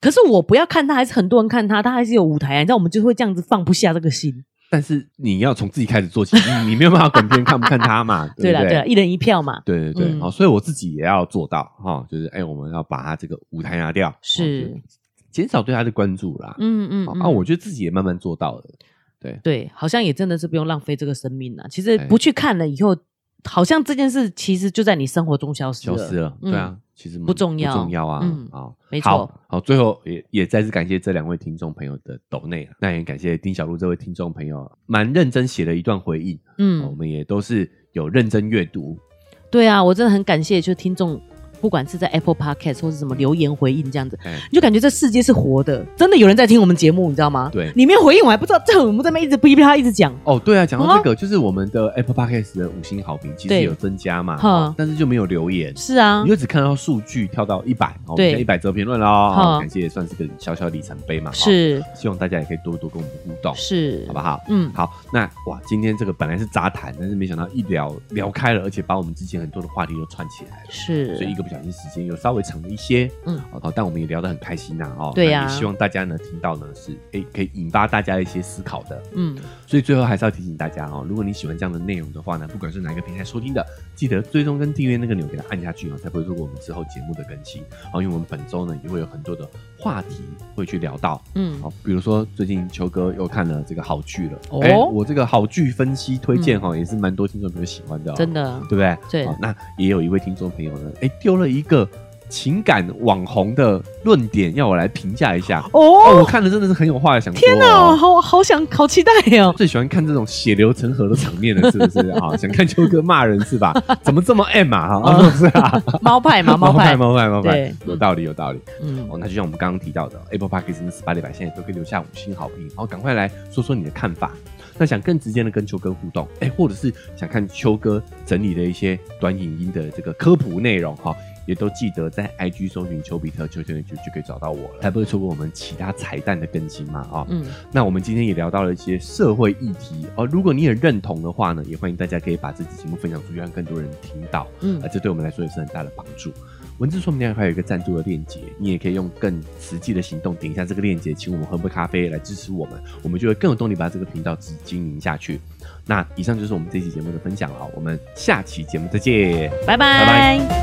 Speaker 2: 可是我不要看他，还是很多人看他，他还是有舞台啊，你知道我们就会这样子放不下这个心，
Speaker 1: 但是你要从自己开始做起，你你没有办法管别人看不看他
Speaker 2: [laughs]
Speaker 1: 嘛，
Speaker 2: 对
Speaker 1: 不
Speaker 2: 啦
Speaker 1: 对
Speaker 2: 对啦，一人一票嘛，
Speaker 1: 对对对，
Speaker 2: 嗯
Speaker 1: 好，所以我自己也要做到哈、就是哎、我们要把他这个舞台拿掉，
Speaker 2: 是
Speaker 1: 哦就减少对他的关注啦。
Speaker 2: 嗯嗯
Speaker 1: 好
Speaker 2: 嗯
Speaker 1: 啊，我觉得自己也慢慢做到了。
Speaker 2: 对，好像也真的是不用浪费这个生命了。其实
Speaker 1: 哎
Speaker 2: 不去看了以后，好像这件事其实就在你生活中消失
Speaker 1: 消
Speaker 2: 了。
Speaker 1: 失了，
Speaker 2: 嗯
Speaker 1: 对啊，其实
Speaker 2: 不重要
Speaker 1: 不重要啊，
Speaker 2: 嗯
Speaker 1: 好，
Speaker 2: 没错
Speaker 1: 好，好，最后也也再次感谢这两位听众朋友的抖内啊，那也感谢丁小璐这位听众朋友，啊蛮认真写了一段回应，我
Speaker 2: 嗯，
Speaker 1: 们也都是有认真阅读，
Speaker 2: 对啊，我真的很感谢，就听众，不管是在 Apple Podcast 或是什么留言回应这样子，
Speaker 1: 哎，
Speaker 2: 你就感觉这世界是活的，真的有人在听我们节目，你知道吗？
Speaker 1: 对
Speaker 2: 里面回应我还不知道，这我们这边一直噼噼啪一直讲，
Speaker 1: 哦，对啊，讲到这个，就是我们的 Apple Podcast 的五星好评其实
Speaker 2: 对
Speaker 1: 有增加嘛，
Speaker 2: 哈
Speaker 1: 哦但是就没有留言。
Speaker 2: 是啊
Speaker 1: 你，就只看到数据跳到一百，哦我们
Speaker 2: 对
Speaker 1: 现一百则评论喽，好
Speaker 2: 哈
Speaker 1: 感谢也算是个小小里程碑嘛，哦，
Speaker 2: 是
Speaker 1: 希望大家也可以多多跟我们互动，
Speaker 2: 是，
Speaker 1: 好不，好？
Speaker 2: 嗯，
Speaker 1: 好，那哇，今天这个本来是杂谈，但是没想到一聊聊开了，而且把我们之前很多的话题都串起来了，所以一
Speaker 2: 是，
Speaker 1: 个不小心时间又稍微长了一些，
Speaker 2: 嗯
Speaker 1: 好，好，但我们也聊得很开心呐、哦，
Speaker 2: 对
Speaker 1: 那
Speaker 2: 呀
Speaker 1: 也希望大家呢听到呢是诶、可以引发大家一些思考的，
Speaker 2: 嗯，
Speaker 1: 所以最后还是要提醒大家哦，如果你喜欢这样的内容的话呢，不管是哪一个平台收听的，记得追踪跟订阅那个钮给它按下去哦，才不会错过我们之后节目的更新。好、因为我们本周呢也会有很多的话题会去聊到，
Speaker 2: 嗯，
Speaker 1: 好，比如说最近球哥又看了这个好剧了，
Speaker 2: 哦
Speaker 1: 哎、我这个好剧分析推荐哈、也是蛮多听众朋友喜欢的、哦，
Speaker 2: 真，的
Speaker 1: 对不对？
Speaker 2: 对
Speaker 1: 好那也有一位听众朋友呢，哎、丢了一个情感网红的论点，要我来评价一下。哦，我
Speaker 2: 哦，
Speaker 1: 看了真的是很有话想说、哦。
Speaker 2: 天哪，好好想，好期待哦，
Speaker 1: [laughs] 最喜欢看这种血流成河的场面了，是不是啊？想看秋哥骂人
Speaker 2: [laughs]
Speaker 1: 是吧？怎么这么 M 啊？啊，
Speaker 2: 嗯
Speaker 1: 是
Speaker 2: [laughs]
Speaker 1: 啊，
Speaker 2: 猫派嘛，猫派，
Speaker 1: 猫派，猫派
Speaker 2: 对，
Speaker 1: 有道理，有道理。
Speaker 2: 嗯
Speaker 1: 哦，那就像我们刚刚提到的，Apple Podcast 跟 Spotify 现在都可以留下五星好评，然后赶快来说说你的看法。那想更直接的跟秋哥互动，哎、或者是想看秋哥整理的一些短影音的这个科普内容哈、也都记得在 IG 搜寻丘比特丘丘就就可以找到我了，才不会错过我们其他彩蛋的更新嘛啊、哦
Speaker 2: 嗯。
Speaker 1: 那我们今天也聊到了一些社会议题哦，如果你也认同的话呢，也欢迎大家可以把这期节目分享出去，让更多人听到。
Speaker 2: 嗯
Speaker 1: 啊，这对我们来说也是很大的帮助。文字说明栏还有一个赞助的链接，你也可以用更实际的行动点一下这个链接，请我们喝杯咖啡来支持我们，我们就会更有动力把这个频道继续经营下去。那以上就是我们这期节目的分享了，我们下期节目再见。
Speaker 2: 拜拜。
Speaker 1: 拜